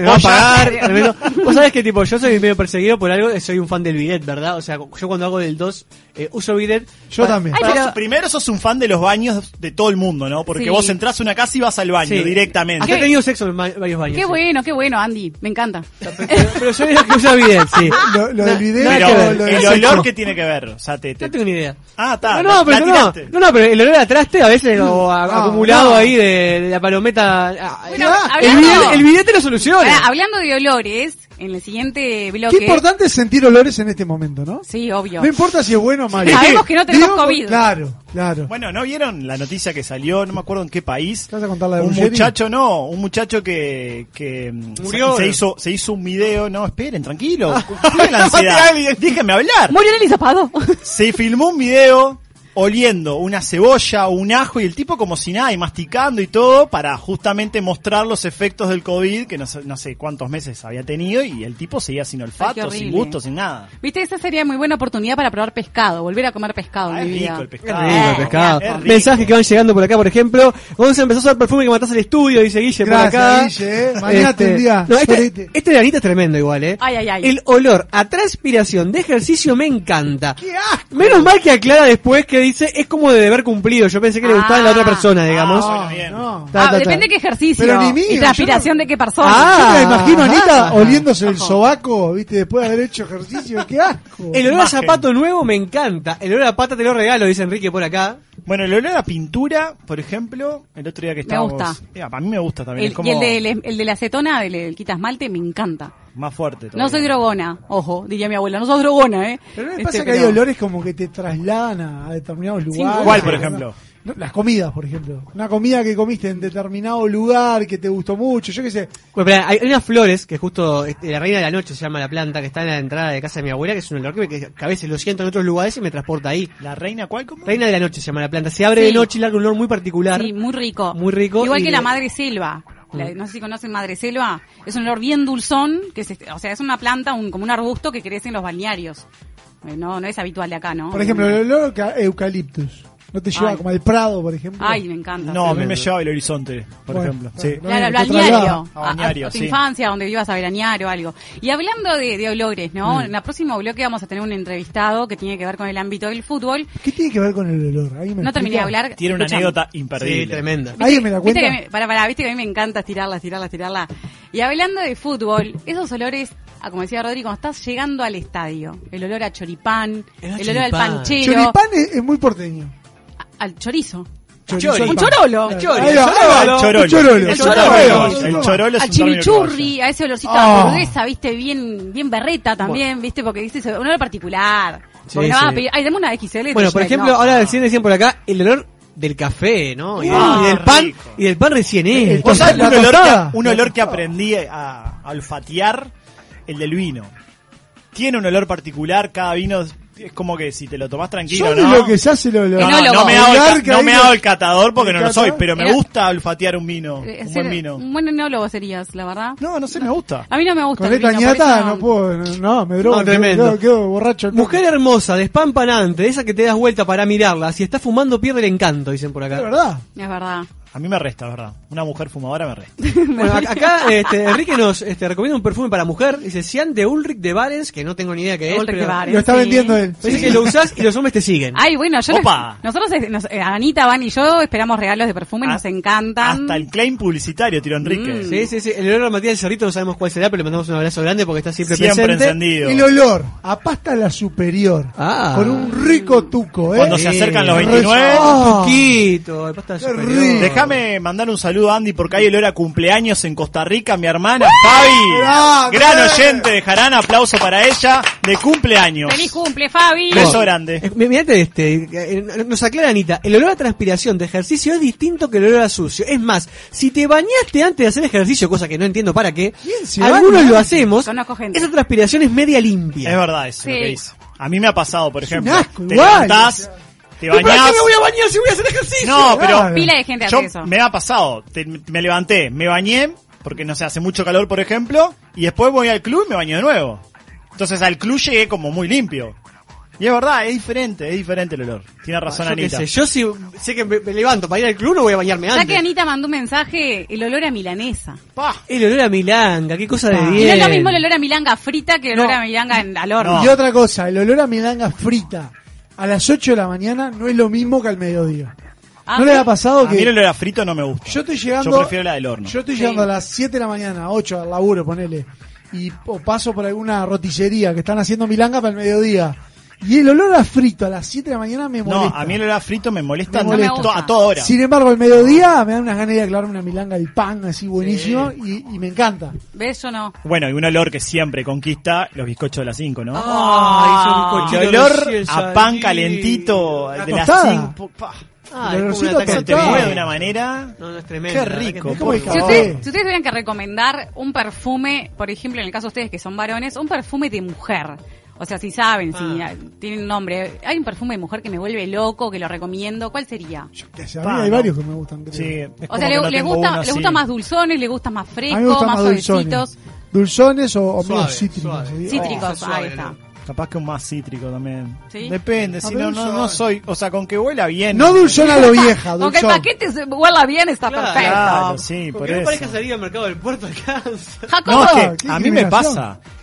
Speaker 5: pagar,
Speaker 4: apoya.
Speaker 5: tremendo. Vos sabés que tipo, yo soy medio perseguido por algo, eh, soy un fan del bidet, ¿verdad? O sea, yo cuando hago del 2, eh, uso bidet.
Speaker 2: Yo
Speaker 5: Pa-
Speaker 2: también.
Speaker 4: Sos-
Speaker 5: para-
Speaker 4: primero sos un fan de los baños de todo el mundo, ¿no? Porque
Speaker 3: Sí.
Speaker 4: vos entras a una casa y vas al baño
Speaker 5: sí.
Speaker 4: directamente.
Speaker 5: Hasta he tenido sexo en ma- varios baños.
Speaker 3: Qué
Speaker 5: sí.
Speaker 3: bueno, qué bueno, Andy. Me encanta.
Speaker 5: Pero, pero yo era que usa bidet, sí.
Speaker 2: Lo, lo del video,
Speaker 5: nada
Speaker 4: Pero
Speaker 5: que ver,
Speaker 2: lo
Speaker 4: el
Speaker 2: del
Speaker 5: eso
Speaker 4: olor
Speaker 5: no.
Speaker 4: que tiene que ver, o sea, te, te-
Speaker 5: No tengo ni idea.
Speaker 4: Ah, está,
Speaker 5: No, no,
Speaker 4: la- la
Speaker 5: pero no,
Speaker 4: tiraste.
Speaker 5: no, no, pero el olor a traste a veces, o a-
Speaker 2: No,
Speaker 5: acumulado
Speaker 2: no.
Speaker 5: ahí de, de la palometa. ah,
Speaker 3: Bueno,
Speaker 5: ah, el,
Speaker 3: hablando-
Speaker 5: bidet, el bidet te lo soluciona.
Speaker 3: Ahora, hablando de olores, en el siguiente bloque.
Speaker 2: Qué importante es sentir olores en este momento, ¿no?
Speaker 3: Sí, obvio.
Speaker 2: No importa si es bueno o malo.
Speaker 3: Sabemos que no tenemos
Speaker 2: Digo,
Speaker 3: COVID.
Speaker 2: Claro, claro.
Speaker 4: Bueno, ¿no vieron la noticia que salió? No me acuerdo en qué país.
Speaker 2: ¿Te vas a contar la de
Speaker 4: un
Speaker 2: Ruggeri?
Speaker 4: muchacho, no, un muchacho que, que mm,
Speaker 5: Murió. Ah.
Speaker 4: se, se hizo, se hizo un video. No, esperen, tranquilo. Tiene la ansiedad.
Speaker 5: Mate a alguien.
Speaker 4: Déjenme hablar.
Speaker 3: Murió en el hisopado.
Speaker 4: Se filmó un video oliendo una cebolla, un ajo y el tipo como si nada y masticando y todo para justamente mostrar los efectos del COVID que no sé, no sé cuántos meses había tenido y el tipo seguía sin
Speaker 3: qué
Speaker 4: olfato,
Speaker 3: horrible.
Speaker 4: sin gusto, sin nada.
Speaker 3: Viste, esa sería muy buena oportunidad para probar pescado, volver a comer pescado
Speaker 4: Ah,
Speaker 3: en
Speaker 4: es
Speaker 3: mi vida. Eh,
Speaker 4: rico el
Speaker 5: Qué
Speaker 4: pescado.
Speaker 5: rico el pescado.
Speaker 4: es rico.
Speaker 5: Mensajes que van llegando por acá, por ejemplo. Gonza empezó a usar perfume que matás al estudio, dice Guille por
Speaker 2: Gracias,
Speaker 5: acá. Este,
Speaker 2: Guille, eh. Mañana te día,
Speaker 5: no, este,
Speaker 2: sorete.
Speaker 5: este de Anita es tremendo igual, eh.
Speaker 3: Ay, ay, ay.
Speaker 5: El olor a transpiración de ejercicio me encanta. Menos mal que aclara después que dice, es como de deber cumplido. Yo pensé que le
Speaker 3: Ah.
Speaker 5: gustaba en la otra persona, digamos.
Speaker 4: Ah.
Speaker 2: No,
Speaker 4: bien.
Speaker 2: no.
Speaker 5: Ta,
Speaker 3: Ah,
Speaker 5: ta, ta.
Speaker 3: depende de qué ejercicio.
Speaker 2: Pero ni mío,
Speaker 3: y
Speaker 2: yo
Speaker 3: la aspiración
Speaker 2: no-
Speaker 3: de qué persona.
Speaker 5: Ah.
Speaker 2: Yo me la imagino a Anita
Speaker 5: Ajá.
Speaker 2: oliéndose el sobaco, viste, después de haber hecho ejercicio, qué asco.
Speaker 5: El olor a
Speaker 4: Imagen.
Speaker 5: zapato nuevo me encanta. El olor a pata te lo regalo, dice Enrique por acá.
Speaker 4: Bueno, el olor a pintura, por ejemplo, el otro día que estábamos...
Speaker 3: gusta.
Speaker 4: Eh, a mí me gusta también,
Speaker 3: El-
Speaker 4: es como
Speaker 3: Y el de, el de la acetona, del el quita esmalte, me encanta.
Speaker 4: más fuerte. todavía.
Speaker 3: No soy drogona, ojo, diría mi abuela, no soy drogona, ¿eh?
Speaker 2: Pero no les
Speaker 3: Este,
Speaker 2: pasa que
Speaker 3: pero-
Speaker 2: hay olores como que te trasladan a, a determinados lugares.
Speaker 4: ¿Cuál, por ejemplo?
Speaker 2: No, las comidas, por ejemplo. Una comida que comiste en determinado lugar que te gustó mucho, yo qué sé.
Speaker 5: Bueno, pará, hay hay unas flores que justo este, la reina de la noche se llama la planta que está en la entrada de casa de mi abuela, que es un olor que, me- que a veces lo siento en otros lugares y me transporta ahí.
Speaker 4: ¿La reina cuál? ¿Cómo?
Speaker 5: Reina de la noche se llama la planta. Se abre
Speaker 3: Sí.
Speaker 5: de noche y larga un olor muy particular.
Speaker 3: Sí, muy rico.
Speaker 5: Muy rico
Speaker 3: Igual
Speaker 5: y
Speaker 3: que
Speaker 5: le-
Speaker 3: la madre selva. La-
Speaker 4: Mm.
Speaker 3: no sé si conocen madre selva. Es un olor bien dulzón, que se- o sea, es una planta, un, como un arbusto que crece en los balnearios. Eh, No, no es habitual de acá, ¿no?
Speaker 2: Por ejemplo, el olor a eucaliptus. No te lleva
Speaker 3: Ay.
Speaker 2: como al Prado, por ejemplo.
Speaker 3: Ay, me encanta.
Speaker 4: No, a mí me lleva el horizonte, por
Speaker 2: Bueno,
Speaker 4: ejemplo.
Speaker 2: bueno,
Speaker 4: Sí.
Speaker 2: no,
Speaker 3: Claro, al
Speaker 2: te
Speaker 3: balneario.
Speaker 2: traslada.
Speaker 4: A balneario,
Speaker 3: a tu
Speaker 4: sí.
Speaker 3: infancia, donde ibas a veranear o algo. Y hablando de, de olores,
Speaker 4: Mm.
Speaker 3: ¿no? En el próximo bloque vamos a tener un entrevistado que tiene que ver con el ámbito del fútbol.
Speaker 2: ¿Qué tiene que ver con el olor? Ahí me
Speaker 3: No terminé de
Speaker 2: explica.
Speaker 3: hablar.
Speaker 4: Tiene una
Speaker 3: Escuchame.
Speaker 4: anécdota
Speaker 5: Sí,
Speaker 4: imperdible.
Speaker 5: tremenda.
Speaker 2: ¿Alguien me la
Speaker 3: Viste
Speaker 2: cuenta?
Speaker 3: que me- pará, pará, viste que a mí me encanta estirarla, estirarla, estirarla. Y hablando de fútbol, esos olores, ah, como decía Rodrigo, cuando estás llegando al estadio, el olor a choripán,
Speaker 5: El
Speaker 3: el,
Speaker 5: olor a
Speaker 3: olor al
Speaker 5: choripán.
Speaker 3: panchero,
Speaker 2: Choripán es, es muy porteño.
Speaker 3: a- al chorizo,
Speaker 2: Chorizo
Speaker 5: Chori.
Speaker 2: al
Speaker 3: Un
Speaker 2: pan.
Speaker 3: chorolo.
Speaker 2: Claro.
Speaker 5: Chori.
Speaker 2: Ahí va, ahí va.
Speaker 4: El chorolo.
Speaker 2: Un chorolo.
Speaker 4: El
Speaker 3: chorolo.
Speaker 4: chorolo. El chorolo es
Speaker 3: al
Speaker 4: un término
Speaker 3: chimichurri,
Speaker 4: uruguayo.
Speaker 3: a ese olorcito
Speaker 2: Ah.
Speaker 3: a hamburguesa, viste, bien bien berreta también, viste, porque dice ese- un olor particular.
Speaker 5: Sí,
Speaker 3: Porque la vas a
Speaker 5: sí.
Speaker 3: pedir, ay, dame una XL.
Speaker 5: Bueno, por
Speaker 3: Jack",
Speaker 5: ejemplo,
Speaker 3: no.
Speaker 5: ahora recién decían por acá el olor del café, ¿no? Y,
Speaker 4: Ah,
Speaker 5: y del pan,
Speaker 4: rico.
Speaker 5: y del pan recién
Speaker 2: El
Speaker 5: hecho.
Speaker 4: ¿Vos sabés
Speaker 2: La
Speaker 4: un olor,
Speaker 2: tostada.
Speaker 4: que, un olor que aprendí a, a olfatear? El del vino. Tiene un olor particular, cada vino es- es como que si te lo tomás tranquilo,
Speaker 2: Yo
Speaker 4: ¿no?
Speaker 2: de lo que se hace el olor.
Speaker 4: No, no,
Speaker 3: Enólogo.
Speaker 4: no me, hago el,
Speaker 2: Olor que
Speaker 4: ca- no
Speaker 2: ahí
Speaker 4: me
Speaker 2: lo-
Speaker 4: hago el catador porque
Speaker 2: el
Speaker 4: no lo soy,
Speaker 2: catador.
Speaker 4: pero me
Speaker 3: Era-
Speaker 4: gusta olfateer un vino,
Speaker 3: Eh,
Speaker 4: un
Speaker 3: ser
Speaker 4: buen vino.
Speaker 3: Un buen enólogo serías, la verdad.
Speaker 4: No, no sé, me gusta.
Speaker 3: A mí no me gusta.
Speaker 2: Con
Speaker 3: el
Speaker 2: esta
Speaker 3: vino, por
Speaker 2: ñata
Speaker 3: eso
Speaker 2: no puedo, no, no, me drogo,
Speaker 5: No, tremendo.
Speaker 2: Quedo, quedo borracho. no.
Speaker 5: Mujer hermosa, despampanante, esa que te das vuelta para mirarla. Si está fumando pierde el encanto, dicen por
Speaker 2: De
Speaker 5: acá.
Speaker 2: verdad.
Speaker 3: Es verdad.
Speaker 4: A mí me resta, ¿verdad? Una mujer fumadora me resta.
Speaker 5: Bueno, ac- acá este, Enrique nos este, recomienda un perfume para mujer. Dice Cian de Ulrich de Barens, que no tengo ni idea qué es.
Speaker 3: Ulrich de
Speaker 5: pero-
Speaker 3: Barents.
Speaker 2: Lo está
Speaker 3: Sí.
Speaker 2: vendiendo él.
Speaker 5: Dice que lo usás y los hombres te siguen.
Speaker 3: Ay, bueno, yo les-
Speaker 4: Opa.
Speaker 3: nosotros, eh, nos- eh, Anita, Van y yo esperamos regalos de perfume, nos
Speaker 4: Ah,
Speaker 3: encantan. Mm.
Speaker 4: Hasta el claim publicitario, tiro Enrique.
Speaker 5: Sí, sí, sí. El olor a Matías del Cerrito no sabemos cuál será, pero le mandamos un abrazo grande porque está siempre,
Speaker 4: Siempre
Speaker 5: presente.
Speaker 4: encendido.
Speaker 2: El olor a pasta la superior.
Speaker 5: Ah.
Speaker 2: Con un rico tuco, ¿eh?
Speaker 4: Cuando
Speaker 5: Sí.
Speaker 4: se acercan los Oh.
Speaker 2: Re-
Speaker 4: 29.
Speaker 2: Ah.
Speaker 5: Poquito, de pasta
Speaker 2: Qué
Speaker 5: superior.
Speaker 2: rico.
Speaker 4: Déjame mandar un saludo a Andy porque hay olor a cumpleaños en Costa Rica, mi hermana Fabi.
Speaker 2: ¡Grande!
Speaker 4: Gran oyente de Jarana, aplauso para ella de cumpleaños.
Speaker 3: ¡Feliz cumple, Fabi!
Speaker 4: Beso grande.
Speaker 5: Eh, mi- Mirate este, eh, nos aclara Anita, el olor a transpiración de ejercicio es distinto que el olor a sucio. Es más, si te bañaste antes de hacer ejercicio, cosa que no entiendo para qué,
Speaker 2: ¿Quién se
Speaker 5: algunos
Speaker 2: baña?
Speaker 5: lo hacemos,
Speaker 3: Conozco gente.
Speaker 5: esa transpiración es media limpia.
Speaker 4: Es verdad eso
Speaker 3: Sí.
Speaker 4: lo que dice. A mí me ha pasado, por ejemplo.
Speaker 2: asco,
Speaker 4: te
Speaker 2: igual.
Speaker 4: levantás, te
Speaker 5: ¿Y para qué
Speaker 4: bañás.
Speaker 5: me voy a bañar si voy a hacer ejercicio?
Speaker 4: No, pero
Speaker 2: Claro.
Speaker 3: Pila de gente hace
Speaker 4: yo
Speaker 3: eso.
Speaker 4: me ha pasado. Te- me levanté, me bañé, porque no sé, hace mucho calor, por ejemplo, y después voy al club y me baño de nuevo. Entonces al club llegué como muy limpio. Y es verdad, es diferente, es diferente el olor. Tiene razón
Speaker 5: yo qué
Speaker 4: Anita.
Speaker 5: sé, yo si, sé que me, me levanto para ir al club no voy a bañarme
Speaker 3: Ya que
Speaker 5: antes.
Speaker 3: Anita mandó un mensaje, el olor a milanesa.
Speaker 4: Pa.
Speaker 5: El olor a milanga, qué cosa de
Speaker 2: Ah.
Speaker 3: Y no
Speaker 5: bien.
Speaker 3: es lo mismo el olor a milanga frita que el olor a milanga en, al horno.
Speaker 4: No.
Speaker 2: Y otra cosa, el olor a milanga frita a las 8 de la mañana no es lo mismo que al mediodía.
Speaker 3: Ah,
Speaker 2: ¿No les
Speaker 3: ¿sí?
Speaker 2: ha pasado
Speaker 4: A
Speaker 2: que
Speaker 4: mí el olor a frito no me gusta.
Speaker 2: yo estoy llegando
Speaker 4: Yo prefiero la del horno.
Speaker 2: Yo estoy
Speaker 3: Sí.
Speaker 2: llegando a las 7 de la mañana, 8 al laburo, ponele, y o paso por alguna rotillería que están haciendo milanga para el mediodía. Y el olor a frito a las 7 de la mañana me
Speaker 4: no,
Speaker 2: molesta.
Speaker 4: a mí el olor a frito me molesta,
Speaker 2: Me
Speaker 4: a to-
Speaker 3: molesta.
Speaker 4: a toda hora.
Speaker 2: Sin embargo, al mediodía me dan unas ganas de aclarar una milanga de pan así buenísimo y, y me encanta.
Speaker 3: ¿Ves? Yo no.
Speaker 4: Bueno, y un olor que siempre conquista los bizcochos de las 5, ¿no?
Speaker 5: Ah, Ay, son
Speaker 4: el olor a pan calentito
Speaker 2: La
Speaker 4: de las
Speaker 2: tostada.
Speaker 4: 5.
Speaker 5: Ay,
Speaker 2: El
Speaker 5: como un
Speaker 2: olorcito
Speaker 5: ataque
Speaker 4: Se
Speaker 2: Tostada.
Speaker 4: te
Speaker 5: al
Speaker 4: mueve de
Speaker 5: terror.
Speaker 4: una manera.
Speaker 5: No, no es tremendo.
Speaker 4: Qué
Speaker 5: la verdad que
Speaker 4: rico,
Speaker 5: es
Speaker 4: por
Speaker 2: rico.
Speaker 3: Si,
Speaker 4: favor.
Speaker 3: ustedes- si ustedes tuvieran que recomendar un perfume, por ejemplo, en el caso de ustedes que son varones, un perfume de mujer. O sea, si saben, si
Speaker 5: Ah.
Speaker 3: ah, tienen nombre. Hay un perfume de mujer que me vuelve loco, que lo recomiendo. ¿Cuál sería?
Speaker 2: Yo qué sé, a
Speaker 4: Pan,
Speaker 2: mí hay
Speaker 4: ¿no?
Speaker 2: varios que me gustan. creo.
Speaker 4: Sí, es
Speaker 3: O
Speaker 4: como
Speaker 3: sea,
Speaker 4: que
Speaker 3: le,
Speaker 4: no
Speaker 3: le
Speaker 4: tengo
Speaker 3: gusta,
Speaker 4: uno
Speaker 3: le
Speaker 4: así.
Speaker 3: gustan más dulzones, le gustan más
Speaker 2: A
Speaker 3: frescos,
Speaker 2: mí me gustan
Speaker 3: más
Speaker 2: más
Speaker 3: suavecitos.
Speaker 2: dulzones. Dulzones o, o medio
Speaker 5: Suave,
Speaker 2: cítricos.
Speaker 5: suave.
Speaker 2: ¿sí?
Speaker 3: Cítricos,
Speaker 5: Oh, suave,
Speaker 3: ahí está.
Speaker 4: Capaz que un más cítrico también.
Speaker 3: ¿Sí?
Speaker 4: Depende, si
Speaker 2: A ver,
Speaker 4: no,
Speaker 2: un
Speaker 4: no,
Speaker 2: suave.
Speaker 4: no soy. O sea, con que huela bien.
Speaker 2: No dulzón a lo vieja,
Speaker 3: Aunque el
Speaker 2: dulzón.
Speaker 3: paquete se huela bien, está
Speaker 5: Claro.
Speaker 3: perfecto.
Speaker 4: Claro, sí, por
Speaker 5: Porque no
Speaker 4: eso.
Speaker 5: parezca salir al mercado del puerto alcanza.
Speaker 3: Jacobo,
Speaker 4: No, es
Speaker 2: Ah,
Speaker 4: que
Speaker 2: qué
Speaker 4: a mí me
Speaker 2: discriminación.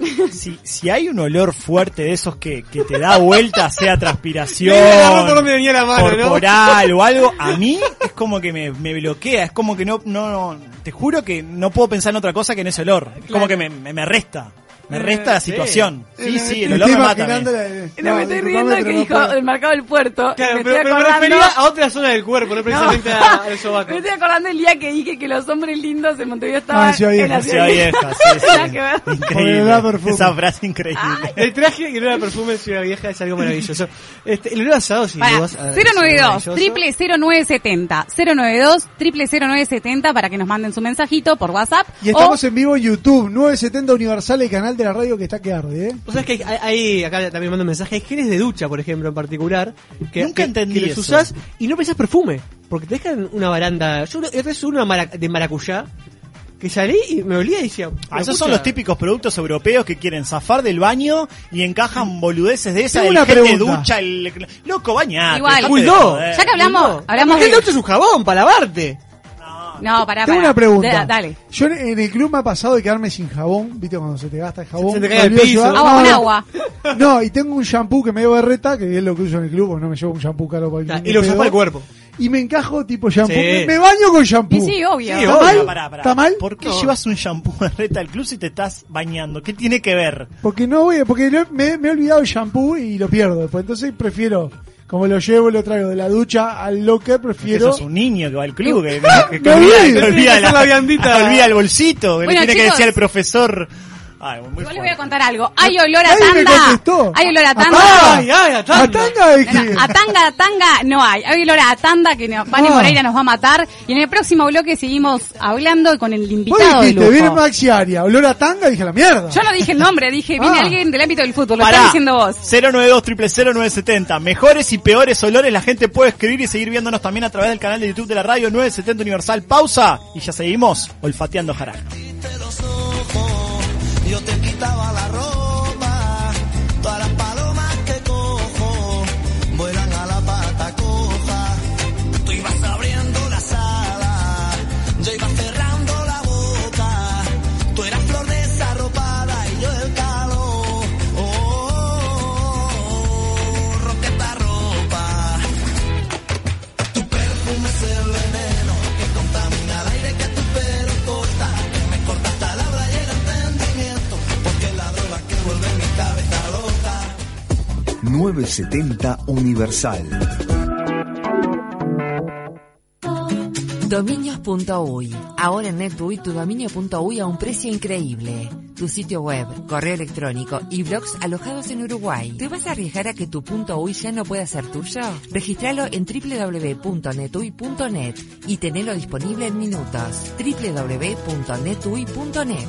Speaker 4: pasa. Si, si hay un olor fuerte de esos que, que te da vuelta, sea transpiración,
Speaker 5: Me agarró por donde venía la mano, ¿no?
Speaker 4: corporal o algo, a mí es como que me, me bloquea. Es como que no, no, no- Te juro que no puedo pensar en otra cosa que en ese olor. Es como que me, me, me resta. Me resta la
Speaker 5: sí.
Speaker 4: situación. Sí, sí, el
Speaker 2: Me
Speaker 4: olor
Speaker 2: estoy
Speaker 4: me mata. a mí.
Speaker 2: imaginando la-
Speaker 3: no, me estoy
Speaker 2: disculpame,
Speaker 3: riendo
Speaker 2: pero
Speaker 3: que
Speaker 2: no
Speaker 3: dijo
Speaker 2: puedo.
Speaker 3: el mercado del puerto.
Speaker 5: Claro,
Speaker 3: me
Speaker 5: pero,
Speaker 3: estoy
Speaker 5: pero me
Speaker 3: acordando-
Speaker 5: refería a Ah, otra zona del cuerpo, no precisamente a- al sobaco.
Speaker 3: Me estoy acordando el día que dije que los hombres lindos en Montevideo
Speaker 2: Ah,
Speaker 3: estaban
Speaker 2: en Ciudad
Speaker 3: en la
Speaker 2: Vieja,
Speaker 4: Ciudad Vieja, sí, sí.
Speaker 3: Nada que ver.
Speaker 4: Increíble.
Speaker 2: Olor a perfume.
Speaker 4: Esa frase increíble.
Speaker 5: El traje y el olor a perfume de Ciudad Vieja es algo maravilloso. Este, el olor a asado, sin
Speaker 3: Para,
Speaker 5: dudas, ah, es algo
Speaker 3: 092
Speaker 5: maravilloso.
Speaker 3: triple 0970 092 triple 0970 para que nos manden su mensajito por WhatsApp
Speaker 2: Y estamos en vivo en YouTube, 970 Universal, el canal de la radio que está que arde, ¿eh?
Speaker 5: Vos sabés que hay, hay- acá también mando un mensaje, hay geles de ducha, por ejemplo, en particular, que,
Speaker 4: Nunca
Speaker 5: que-
Speaker 4: entendí
Speaker 5: que los
Speaker 4: eso.
Speaker 5: usás y no pensás perfume, porque te dejan una baranda, yo una- es una mara- de maracuyá, que salí y me olía y decía...
Speaker 4: Ah, esos
Speaker 5: "Maracuyá".
Speaker 4: son los típicos productos europeos que quieren zafar del baño y encajan boludeces de esa
Speaker 2: Tengo
Speaker 4: el
Speaker 2: una
Speaker 4: gel de
Speaker 2: pregunta.
Speaker 4: ducha, el loco bañate.
Speaker 3: Igual.
Speaker 4: dejate de
Speaker 5: Bulldog.
Speaker 4: joder.
Speaker 3: Ya que hablamos,
Speaker 5: No,
Speaker 3: hablamos
Speaker 5: el gel
Speaker 3: de-
Speaker 5: de ducha es un jabón para lavarte.
Speaker 3: No, pará,
Speaker 2: Tengo
Speaker 3: pará.
Speaker 2: una pregunta.
Speaker 3: Da- dale.
Speaker 2: Yo en- en el club me ha pasado de quedarme sin jabón, ¿viste? Cuando se te gasta el jabón.
Speaker 5: Se te cae al
Speaker 2: Me olvido
Speaker 5: piso.
Speaker 2: llevar-
Speaker 3: Agua
Speaker 2: no,
Speaker 3: con
Speaker 2: no.
Speaker 3: agua.
Speaker 2: No, y tengo un shampoo que me dio berreta, que es lo que uso en el club, porque no me llevo un shampoo caro para el
Speaker 5: Y lo usás para el cuerpo.
Speaker 2: Y me encajo tipo shampoo.
Speaker 5: Sí.
Speaker 2: Me, me baño con shampoo.
Speaker 3: Y sí, obvio.
Speaker 5: Sí,
Speaker 2: ¿Está
Speaker 5: obvio.
Speaker 2: mal?
Speaker 4: Pará, pará.
Speaker 2: ¿Está mal?
Speaker 4: ¿Por qué
Speaker 5: No.
Speaker 4: llevas un shampoo de reta al club si te estás bañando? ¿Qué tiene que ver?
Speaker 2: Porque no voy, a- porque no- me, me he olvidado el shampoo y lo pierdo. Después, entonces prefiero, como lo llevo, lo traigo de la ducha al locker,
Speaker 4: Porque
Speaker 2: prefiero.
Speaker 4: sos un niño que va al club, que, que- que olvida,
Speaker 2: Me olvido.
Speaker 4: que olvida
Speaker 5: Tiene que
Speaker 4: la,
Speaker 5: hacer la viandita.
Speaker 4: que olvida el bolsito, que
Speaker 3: Bueno,
Speaker 4: le tiene que
Speaker 3: chicos.
Speaker 4: decir al profesor. Ay, muy
Speaker 2: Pues
Speaker 3: Yo les voy
Speaker 4: fuerte.
Speaker 3: a contar algo. Hay olor a
Speaker 2: Nadie me
Speaker 3: tanda.
Speaker 2: contestó.
Speaker 3: Hay olor a
Speaker 2: Ah,
Speaker 3: tanda.
Speaker 5: ¡Ay, ay, a
Speaker 2: ¡A
Speaker 5: tanda!
Speaker 2: tanga de
Speaker 3: No,
Speaker 2: que-
Speaker 3: no, a tanga, a tanga no hay. Hay olor a tanda que no- Vane
Speaker 2: Ah.
Speaker 3: Moreira nos va a matar. Y en el próximo bloque seguimos hablando con el
Speaker 2: Vos
Speaker 3: invitado de
Speaker 2: dijiste, viene
Speaker 3: lujo.
Speaker 2: Maxi Aria, olor a tanga, dije la mierda.
Speaker 3: Yo no dije el nombre, dije, viene
Speaker 2: Ah.
Speaker 3: alguien del ámbito del fútbol. Lo
Speaker 4: Pará.
Speaker 3: estás diciendo vos.
Speaker 4: 092 970 Mejores y peores olores. La gente puede escribir y seguir viéndonos también a través del canal de YouTube de la radio 970 Universal. Pausa y ya seguimos olfateando jarana.
Speaker 6: Te los ojos, yo te quitaba la ropa, todas las palomas que cojo, vuelan a la pata coja, tú ibas abriendo las alas, yo iba cerrando la boca, tú eras flor desarropada y yo el calor, oh, oh, oh, roqueta ropa. Tu perfume es el veneno que contamina el aire que tu pelo corta. Que me corta hasta la hora y el entendimiento. Porque es la droga que vuelve mi cabeza loca.
Speaker 7: 970 Universal.
Speaker 8: Dominios.uy. Ahora en NetUI tu dominio.uy a un precio increíble. Tu sitio web, correo electrónico y blogs alojados en Uruguay. ¿Te vas a arriesgar a que tu punto .uy ya no pueda ser tuyo? Registralo en www.netui.net y tenelo disponible en minutos. www.netui.net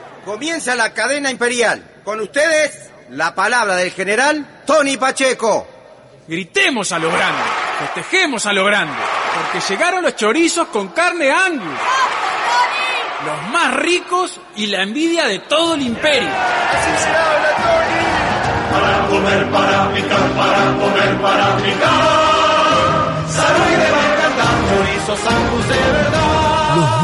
Speaker 9: Comienza la cadena imperial. Con ustedes, la palabra del general Tony Pacheco.
Speaker 5: Gritemos a lo grande, festejemos a lo grande, porque llegaron los chorizos con carne Angus. Los más ricos y la envidia de todo el imperio.
Speaker 1: Para comer, para picar, para comer, para picar. Salud y de mercandad, chorizo, sangus de verdad.
Speaker 10: Los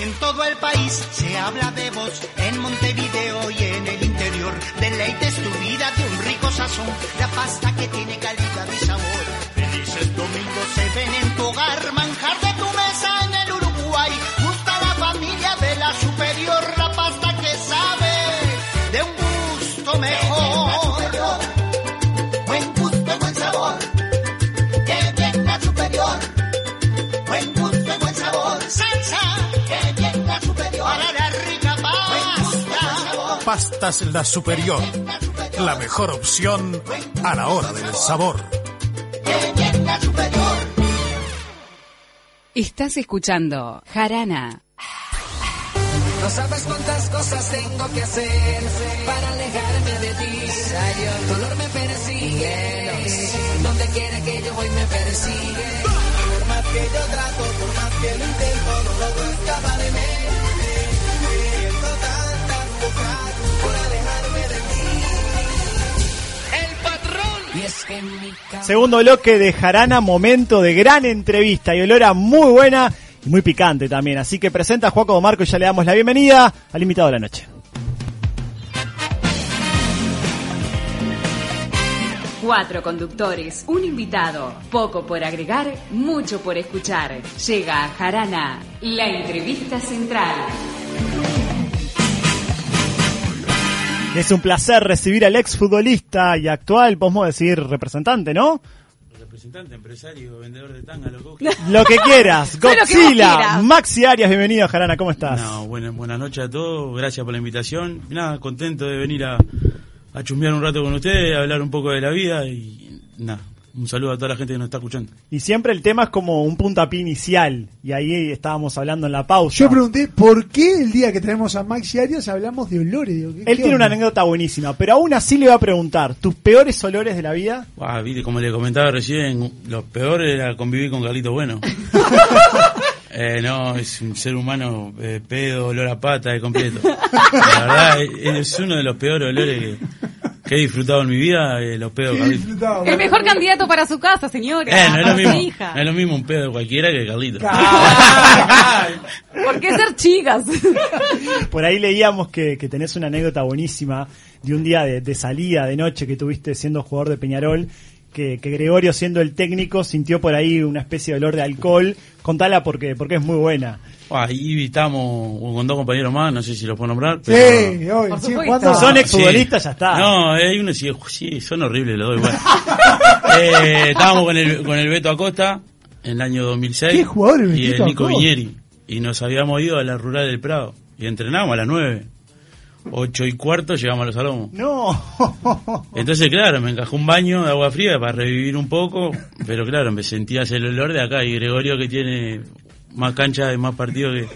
Speaker 11: En todo el país se habla de vos, en Montevideo y en el interior. Deleites tu vida de un rico sazón, la pasta que tiene calidad y sabor. Felices domingos se ven en tu hogar, manjar de tu mesa en el Uruguay. Gusta la familia de la superior, la pasta que sabe de un gusto mejor. Buen gusto y buen sabor, que bien la superior. Buen gusto y buen sabor. Salsa. Que bien la superior. Para la rica pasta.
Speaker 12: Pastas La Superior. La mejor opción a la hora del sabor.
Speaker 11: Que bien la superior.
Speaker 13: Estás escuchando Jarana.
Speaker 6: No sabes cuántas cosas tengo que hacer para alejarme de ti. Ay, el dolor me persigue. Donde quiera que yo voy me persigue. Por más que yo trato, por más que lo intento, no logro escapar de mí. Siento tanta ansiedad por alejarme de ti. El patrón. Y es que en mi cama-
Speaker 4: Segundo bloque de Jarana, momento de gran entrevista y olora muy buena y muy picante también. Así que presenta a Juaco Marco y ya le damos la bienvenida al invitado de la noche.
Speaker 7: Cuatro conductores, un invitado, poco por agregar, mucho por escuchar. Llega a Jarana, la entrevista central.
Speaker 4: Es un placer recibir al exfutbolista y actual, podemos decir, representante, ¿no?
Speaker 14: Representante, empresario, vendedor de tanga, lo que
Speaker 4: Lo que quieras,
Speaker 14: Lo que vos
Speaker 4: Godzilla,
Speaker 14: quieras.
Speaker 4: Maxi Arias, bienvenido Jarana, ¿cómo estás?
Speaker 14: No, buenas, buenas noches a todos, gracias por la invitación. Nada, contento de venir a, a chusmear un rato con ustedes, a hablar un poco de la vida y nada, un saludo a toda la gente que nos está escuchando.
Speaker 4: Y siempre el tema es como un puntapié inicial y ahí estábamos hablando en la pausa.
Speaker 2: Yo pregunté por qué el día que tenemos a Maxi Arias hablamos de olores. Digo, ¿qué-
Speaker 4: Él
Speaker 2: qué
Speaker 4: tiene una
Speaker 2: onda?
Speaker 4: anécdota buenísima, pero aún así le voy a preguntar, ¿tus peores olores de la vida?
Speaker 14: Ah, viste, como le comentaba recién, lo peor era convivir con Carlito Bueno. Eh, no, es un ser humano eh, pedo, olor a pata de completo. La verdad, eh, es uno de los peores olores que, que he disfrutado en mi vida, eh, los pedos, Carlito.
Speaker 3: El mejor candidato para su casa, señora.
Speaker 14: Eh, no, es
Speaker 3: para
Speaker 14: lo
Speaker 3: su
Speaker 14: mismo,
Speaker 3: hija.
Speaker 14: no es lo mismo un pedo de cualquiera que Ah, Carlito.
Speaker 3: ¿Por qué ser chicas?
Speaker 4: Por ahí leíamos que, que tenés una anécdota buenísima de un día de, de salida de noche que tuviste siendo jugador de Peñarol, que, que Gregorio siendo el técnico sintió por ahí una especie de olor de alcohol. Contala porque, porque es muy buena.
Speaker 14: Ahí estamos con dos compañeros más, no sé si los puedo nombrar.
Speaker 4: Sí,
Speaker 2: obvio,
Speaker 4: Por sí, supuesto. cuando- son exfutbolistas, ya está.
Speaker 14: No, eh, hay uno que sí, sí, son horribles los dos igual. Eh, estábamos con el, con el Beto Acosta en el año 2006.
Speaker 2: ¿Qué jugador el
Speaker 14: Y
Speaker 2: Betito
Speaker 14: el Nico
Speaker 2: Acosta?
Speaker 14: Viñeri. Y nos habíamos ido a la rural del Prado. Y entrenábamos a las 9. 8 y cuarto llegamos a los Salomos.
Speaker 4: No.
Speaker 14: Entonces, claro, me encajó un baño de agua fría para revivir un poco, pero claro, me sentía el olor de acá y Gregorio que tiene más cancha y más partido que...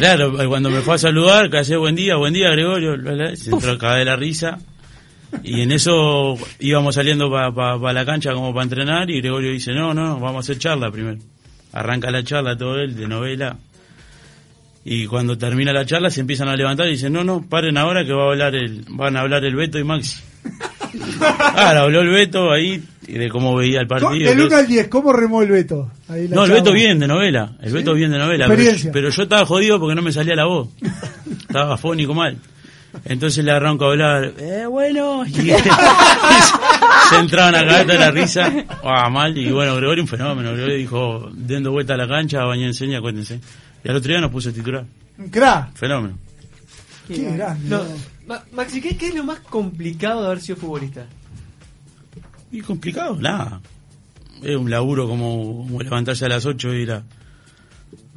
Speaker 14: Claro, cuando me fue a saludar, que hace buen día, buen día Gregorio, la, la, se entró acá de la risa y en eso íbamos saliendo para la cancha como para entrenar y Gregorio dice, no, no, vamos a hacer charla primero. Arranca la charla todo él de novela. Y cuando termina la charla se empiezan a levantar y dicen, no, no, paren ahora que va a hablar el, van a hablar el Beto y Maxi. Claro, habló el Beto ahí, de cómo veía el partido.
Speaker 2: Del 1 al 10, ¿cómo remó el Beto? Ahí la
Speaker 14: No, el
Speaker 2: chava.
Speaker 14: Beto bien de novela. El Beto bien de novela.
Speaker 2: Experiencia.
Speaker 14: Pero, pero yo estaba jodido porque no me salía la voz. Estaba fónico mal. Entonces le arranco a hablar. Eh, bueno. Y se entraban a cagar de la risa. Ah, mal. Y bueno, Gregorio un fenómeno. Gregorio dijo, dando vuelta a la cancha, bañé enseña, cuéntense. Y al otro día nos puso titular.
Speaker 2: Un crack.
Speaker 14: Fenómeno.
Speaker 2: Qué grande.
Speaker 5: No, Ma- Maxi, ¿qué, qué es lo más complicado de haber sido futbolista?
Speaker 14: Y complicado, nada. Es un laburo como, como levantarse a las 8 y ir a,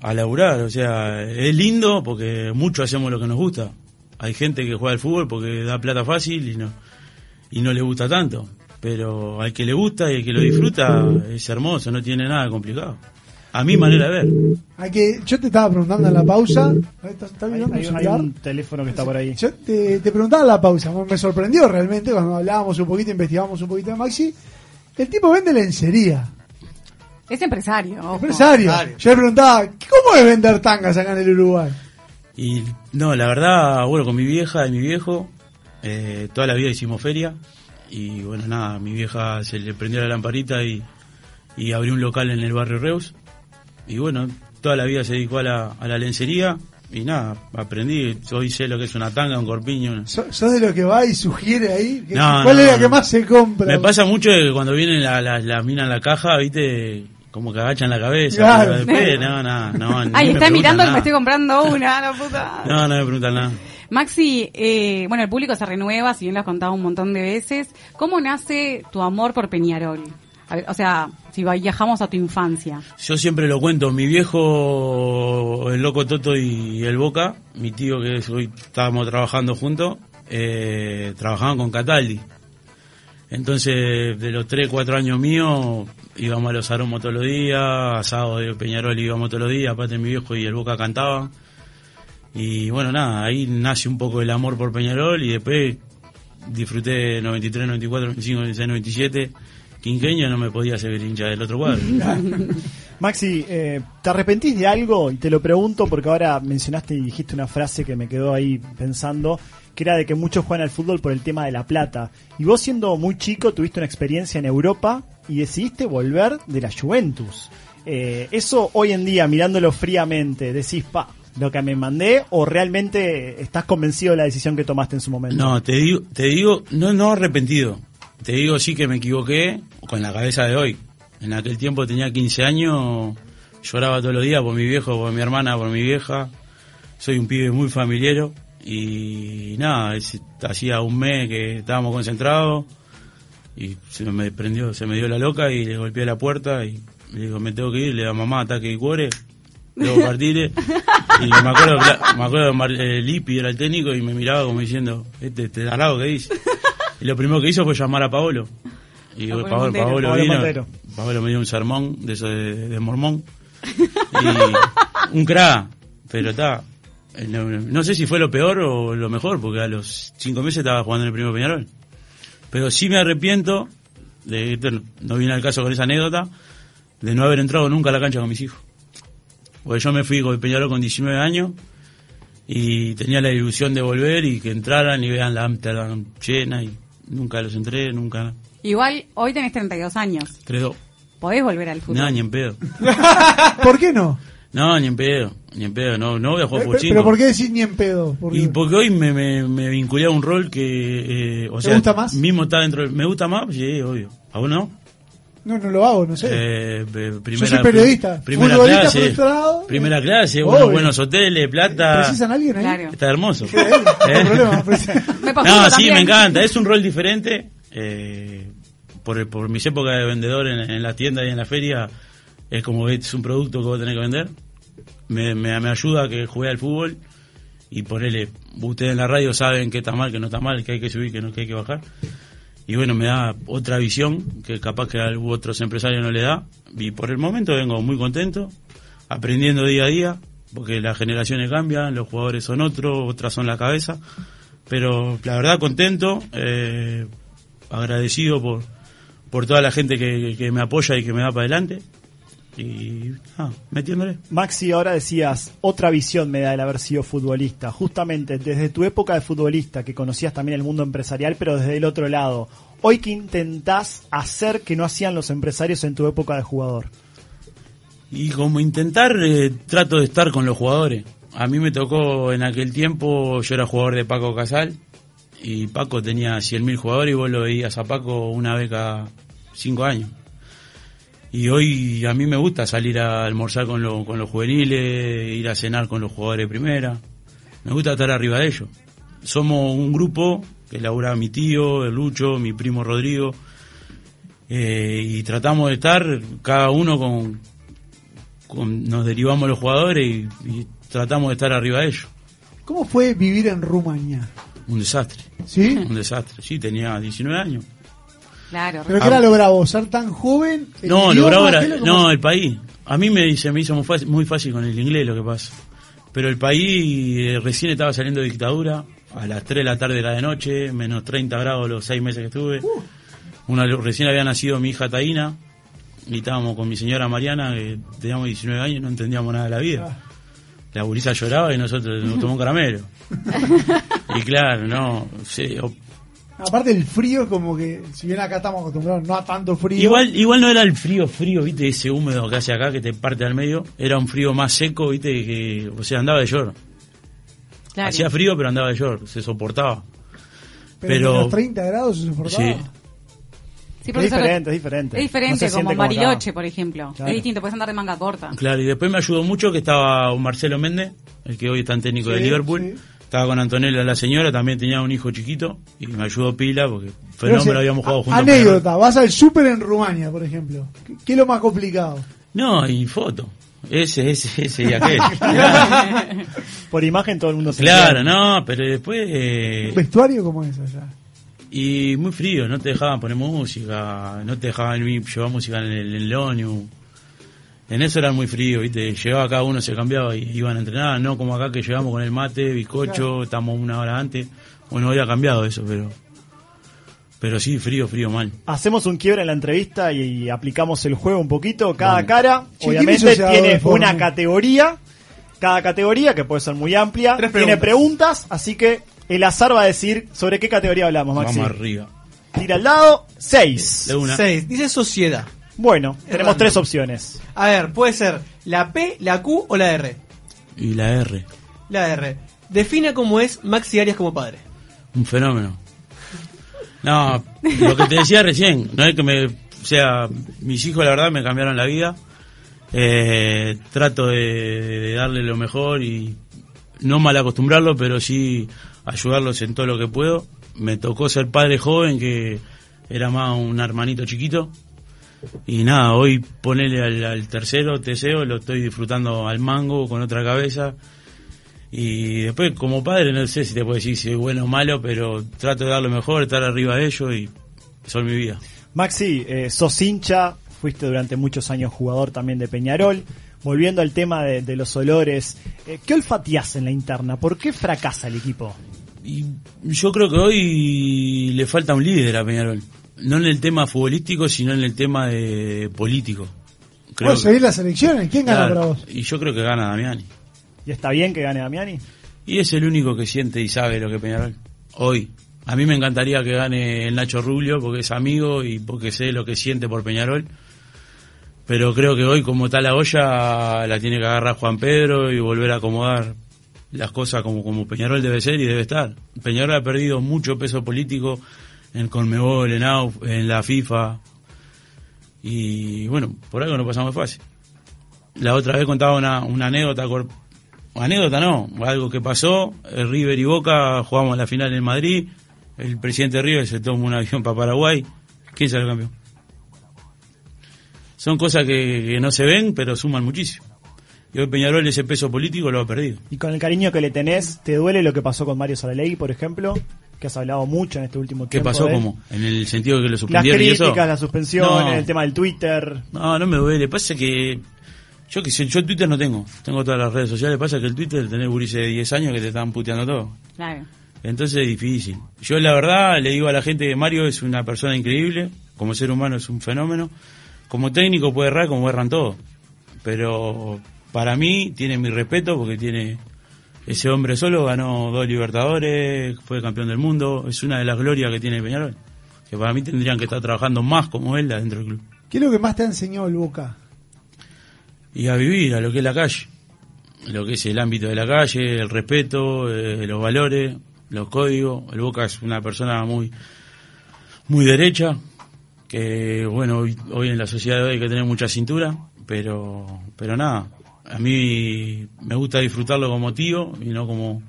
Speaker 14: a laburar. O sea, es lindo porque muchos hacemos lo que nos gusta. Hay gente que juega al fútbol porque da plata fácil y no, y no le gusta tanto. Pero al que le gusta y al que lo disfruta es hermoso, no tiene nada complicado. A mi manera de ver.
Speaker 2: Hay que, yo te estaba preguntando en la pausa. ¿Estás, estás mirando
Speaker 4: Hay,
Speaker 2: el
Speaker 4: hay
Speaker 2: celular?
Speaker 4: un teléfono que está por ahí.
Speaker 2: Yo te, te preguntaba en la pausa. Me sorprendió realmente cuando hablábamos un poquito, investigamos un poquito de Maxi. El tipo vende lencería.
Speaker 3: Es empresario. ojo.
Speaker 2: Empresario. Yo le preguntaba, ¿cómo es vender tangas acá en el Uruguay?
Speaker 14: Y no, la verdad, bueno, con mi vieja y mi viejo, eh, toda la vida hicimos feria. Y bueno, nada, mi vieja se le prendió la lamparita y, y abrió un local en el barrio Reus. Y bueno, toda la vida se dedicó a la, a la lencería. Y nada, aprendí, hoy sé lo que es una tanga, un corpiño. una-
Speaker 2: ¿Sos, sos de los que va y sugiere ahí? que-
Speaker 14: No,
Speaker 2: ¿Cuál
Speaker 14: no,
Speaker 2: es la
Speaker 14: no.
Speaker 2: que más se compra?
Speaker 14: Me pasa mucho que cuando vienen la- la- las minas en la caja, viste, como que agachan la cabeza.
Speaker 2: Claro.
Speaker 14: pero después, no, no, no. ni
Speaker 3: Ay,
Speaker 14: me
Speaker 3: está
Speaker 14: preguntan
Speaker 3: mirando que me
Speaker 14: nada.
Speaker 3: estoy comprando una, la puta.
Speaker 14: No, no me preguntan nada.
Speaker 3: Maxi, eh, bueno, el público se renueva, si bien lo has contado un montón de veces. ¿Cómo nace tu amor por Peñarol? A ver, o sea, si va- viajamos a tu infancia.
Speaker 14: Yo siempre lo cuento, mi viejo, el loco Toto y el Boca, mi tío que es hoy estábamos trabajando juntos, eh, trabajaban con Cataldi. Entonces, de los 3, 4 años míos, íbamos a los aromos todos los días, asado de Peñarol íbamos todos los días, aparte mi viejo y el Boca cantaban. Y bueno, nada, ahí nace un poco el amor por Peñarol y después disfruté 93, 94, 95, 96, 97. Quinqueño no me podía hacer hincha del otro cuadro.
Speaker 4: Maxi, eh, ¿te arrepentís de algo? Y te lo pregunto porque ahora mencionaste y dijiste una frase que me quedó ahí pensando, que era de que muchos juegan al fútbol por el tema de la plata. Y vos siendo muy chico tuviste una experiencia en Europa y decidiste volver de la Juventus. Eh, eso hoy en día, mirándolo fríamente, decís, pa, lo que me mandé o realmente estás convencido de la decisión que tomaste en su momento.
Speaker 14: No, te digo, te digo, no, no arrepentido. Te digo sí que me equivoqué con la cabeza de hoy. En aquel tiempo tenía 15 años, lloraba todos los días por mi viejo, por mi hermana, por mi vieja. Soy un pibe muy familiero y nada, es- hacía un mes que estábamos concentrados y se me prendió, se me dio la loca y le golpeé la puerta y le digo, me tengo que ir, le digo, mamá, ataque y cuore, debo partir. Y me acuerdo, cla- me acuerdo Mar- eh, Lippi era el técnico y me miraba como diciendo, este, este tarado que dice. Y lo primero que hizo fue llamar a Paolo. Y
Speaker 4: A Paolo
Speaker 14: Paolo,
Speaker 4: Montero.
Speaker 14: Paolo
Speaker 4: Paolo
Speaker 14: vino,
Speaker 4: Montero.
Speaker 14: Paolo me dio un sermón de, eso de, de mormón. Y un cra, pero está. eh, No, no sé si fue lo peor o lo mejor, porque a los cinco meses estaba jugando en el primer Peñarol. Pero sí me arrepiento, de, de- no viene al caso con esa anécdota, de no haber entrado nunca a la cancha con mis hijos. Porque yo me fui con el Peñarol con 19 años y tenía la ilusión de volver y que entraran y vean la Amsterdam llena y nunca los entré, nunca.
Speaker 3: Igual, hoy tenés 32 años.
Speaker 14: Credo.
Speaker 3: Podés volver al fútbol.
Speaker 14: Nada, ni en pedo.
Speaker 2: ¿Por qué no?
Speaker 14: No, ni en pedo. Ni en pedo. No, no voy a jugar
Speaker 2: Pero,
Speaker 14: por
Speaker 2: pero ¿por qué decís ni en pedo? Porque-
Speaker 14: Y porque hoy me, me, me vinculé a un rol que. eh, o
Speaker 2: ¿Te
Speaker 14: sea,
Speaker 2: gusta más?
Speaker 14: Mismo está dentro. del- ¿Me gusta más? Sí, obvio. ¿A vos no?
Speaker 2: No, no lo hago, no sé.
Speaker 14: Eh, pe-
Speaker 2: Yo
Speaker 14: primera,
Speaker 2: soy periodista.
Speaker 14: Primera
Speaker 2: Futbolista
Speaker 14: clase.
Speaker 2: frustrado.
Speaker 14: Primera clase, unos
Speaker 2: eh, Obvio.
Speaker 14: buenos hoteles, plata.
Speaker 2: ¿Precisan a alguien ahí?
Speaker 14: Está hermoso.
Speaker 2: No hay
Speaker 14: ¿Eh?
Speaker 2: problema.
Speaker 3: Me pasó eso
Speaker 14: No, sí,
Speaker 3: también.
Speaker 14: me encanta. Es un rol diferente. eh, por, por mis épocas de vendedor en, en la tienda y en la feria, es como que es un producto que vos tenés que vender. Me, me, me ayuda a que juegue al fútbol y ponele, ustedes en la radio saben que está mal, que no está mal, que hay que subir, que no que hay que bajar. Y bueno, me da otra visión que capaz que a otros empresarios no le da. Y por el momento vengo muy contento, aprendiendo día a
Speaker 5: Ah.
Speaker 14: día, porque las generaciones cambian, los jugadores son otros, otras son la cabeza. Pero la verdad contento, eh, agradecido por, por toda la gente que, que me apoya y que me da para adelante. Y ah, metiéndole.
Speaker 4: Maxi, ahora decías, otra visión me da el haber sido futbolista. Justamente desde tu época de futbolista, que conocías también el mundo empresarial, pero desde el otro lado. hoy que intentás hacer que no hacían los empresarios en tu época de jugador?
Speaker 14: Y como intentar, eh, trato de estar con los jugadores. A mí me tocó en aquel tiempo, yo era jugador de Paco Casal y Paco tenía 100.000 jugadores y vos lo veías a Paco una vez cada 5 años. Y hoy a mí me gusta salir a almorzar con, lo- con los juveniles, ir a cenar con los jugadores de primera. Me gusta estar arriba de ellos. Somos un grupo que labura mi tío, el Lucho, mi primo Rodrigo. eh, y tratamos de estar cada uno con, con- nos derivamos los jugadores y, y tratamos de estar arriba de ellos.
Speaker 2: ¿Cómo fue vivir en Rumania?
Speaker 14: Un desastre.
Speaker 2: ¿Sí?
Speaker 14: Un desastre. Sí, tenía 19 años.
Speaker 3: Claro.
Speaker 2: Pero que era lo bravo, ser tan joven. el
Speaker 14: No, lo
Speaker 2: idioma,
Speaker 14: bravo
Speaker 2: ¿qué
Speaker 14: era,
Speaker 2: es lo que
Speaker 14: no,
Speaker 2: más-
Speaker 14: el país. A mí me, se me hizo muy fácil, muy fácil con el inglés lo que pasa. Pero el país eh, recién estaba saliendo de dictadura, a las 3 de la tarde era de noche, menos 30 grados los 6 meses que estuve. Una, lu- recién había nacido mi hija Taina y estábamos con mi señora Mariana, que teníamos 19 años y no entendíamos nada de la vida. La gurisa lloraba y nosotros nos tomamos un caramelo. Y claro, no, sí, o-
Speaker 2: Aparte el frío es como que, si bien acá estamos acostumbrados no a tanto frío.
Speaker 14: Igual, igual no era el frío, frío, viste, ese húmedo que hace acá que te parte al medio. Era un frío más seco, viste, que, o sea, andaba de llor.
Speaker 3: Claro.
Speaker 14: Hacía frío, pero andaba de llor, se soportaba.
Speaker 2: pero,
Speaker 14: Pero,
Speaker 2: menos 30 grados se soportaba.
Speaker 14: sí,
Speaker 3: Sí,
Speaker 4: Es
Speaker 3: por eso lo-
Speaker 4: diferente, es diferente.
Speaker 3: Es
Speaker 4: No se
Speaker 3: diferente,
Speaker 4: siente
Speaker 3: como
Speaker 4: como acá.
Speaker 3: Mariloche, por ejemplo.
Speaker 14: Claro.
Speaker 3: Es distinto, puedes andar de manga corta.
Speaker 14: claro, y después me ayudó mucho que estaba Marcelo Méndez, el que hoy es tan técnico de
Speaker 3: Sí,
Speaker 14: Liverpool. Estaba con Antonella, la señora, también tenía un hijo chiquito y me ayudó pila porque
Speaker 2: Pero, o sea,
Speaker 14: fenómeno, habíamos jugado juntos.
Speaker 2: Anécdota, vas al súper en Rumania, por ejemplo. ¿Qué, qué es lo más complicado?
Speaker 14: No, y foto. Ese, ese, ese y aquel.
Speaker 4: Por imagen todo el mundo se
Speaker 14: claro,
Speaker 4: entiende.
Speaker 14: no, pero después... eh,
Speaker 2: ¿Vestuario cómo es allá?
Speaker 14: Y muy frío, no te dejaban poner música, no te dejaban ir- llevar música en el, en el ómnibus. En eso era muy frío, ¿viste? Llegaba cada uno, se cambiaba y iban a entrenar, no como acá que llegamos con el mate, bizcocho,
Speaker 2: Claro.
Speaker 14: estamos una hora antes. Bueno, había cambiado eso, pero. Pero sí, frío, frío, mal.
Speaker 4: Hacemos un quiebre en la entrevista y, y aplicamos el juego un poquito. Cada cara,
Speaker 14: Che, ¿quién
Speaker 4: obviamente,
Speaker 14: hizo ese
Speaker 4: tiene
Speaker 14: Adolfo?
Speaker 4: una categoría. Cada categoría, que puede ser muy amplia, tiene preguntas, así que el azar va a decir sobre qué categoría hablamos, Maxi.
Speaker 14: Vamos arriba.
Speaker 4: Tira al lado, 6.
Speaker 14: De una.
Speaker 5: Seis. Dice sociedad.
Speaker 4: Bueno, tenemos
Speaker 5: random.
Speaker 4: tres opciones.
Speaker 5: A ver, puede ser la P, la Q o la R.
Speaker 14: Y la R,
Speaker 5: La R. Defina cómo es Maxi Arias como padre.
Speaker 14: un fenómeno. No, lo que te decía recién, no es que me. O sea, mis hijos, la verdad, me cambiaron la vida. Eh, trato de, de darle lo mejor y no mal acostumbrarlo, pero sí ayudarlos en todo lo que puedo. Me tocó ser padre joven, que era más un hermanito chiquito. Y nada, hoy ponerle al, al tercero, Teseo, lo estoy disfrutando al mango con otra cabeza. Y después, como padre, no sé si te puedo decir si es bueno o malo, pero trato de dar lo mejor, estar arriba de ellos y son mi vida.
Speaker 4: Maxi, eh, sos hincha, fuiste durante muchos años jugador también de Peñarol. Volviendo al tema de, de los olores, eh, ¿qué olfateás en la interna? ¿Por qué fracasa el equipo?
Speaker 14: Y yo creo que hoy le falta un líder a Peñarol. No en el tema futbolístico, sino en el tema de político. Creo
Speaker 2: Bueno,
Speaker 14: que-
Speaker 2: seguir las elecciones, ¿quién gana
Speaker 14: Claro,
Speaker 2: para vos?
Speaker 14: Y yo creo que gana Damiani.
Speaker 4: ¿Y está bien que gane Damiani?
Speaker 14: Y es el único que siente y sabe lo que Peñarol. Hoy. A mí me encantaría que gane el Nacho Rubio porque es amigo y porque sé lo que siente por Peñarol. Pero creo que hoy, como está la olla, la tiene que agarrar Juan Pedro y volver a acomodar las cosas como, como Peñarol debe ser y debe estar. Peñarol ha perdido mucho peso político en Conmebol, en AUF, en la FIFA. Y bueno, por algo no pasamos fácil. La otra vez contaba una, una anécdota cor- anécdota no, algo que pasó, eh, River y Boca jugamos la final en Madrid, el presidente de River se toma un avión para Paraguay, ¿quién sale campeón? Son cosas que, que no se ven, pero suman muchísimo. Y hoy Peñarol ese peso político lo ha perdido.
Speaker 4: Y con el cariño que le tenés, ¿te duele lo que pasó con Mario Saralegui, por ejemplo? Que has hablado mucho en este último
Speaker 14: ¿Qué
Speaker 4: tiempo.
Speaker 14: pasó?
Speaker 4: de él.
Speaker 14: ¿Cómo? En el sentido de que lo
Speaker 4: Las
Speaker 14: suspendieron y eso.
Speaker 4: críticas, las suspensiones,
Speaker 14: No.
Speaker 4: el tema del Twitter.
Speaker 14: No, no me duele. Pasa que. Yo que sé, yo Twitter no tengo. Tengo todas las redes sociales. Pasa que el Twitter tenés gurises de 10 años que te están puteando todo.
Speaker 3: Claro.
Speaker 14: Entonces es difícil. Yo la verdad le digo a la gente que Mario es una persona increíble. Como ser humano es un fenómeno. Como técnico puede errar como erran todos. Pero para mí tiene mi respeto porque tiene. Ese hombre solo ganó dos Libertadores, fue campeón del mundo. Es una de las glorias que tiene Peñarol. que para mí tendrían que estar trabajando más como él adentro del club.
Speaker 2: ¿Qué es lo que más te ha enseñado el Boca?
Speaker 14: y a vivir a lo que es la calle, lo que es el ámbito de la calle, el respeto, eh, los valores, los códigos. El Boca es una persona muy, muy derecha, que bueno, hoy, hoy en la sociedad de hoy hay que tener mucha cintura, pero, pero nada, a mí me gusta disfrutarlo como tío y no como,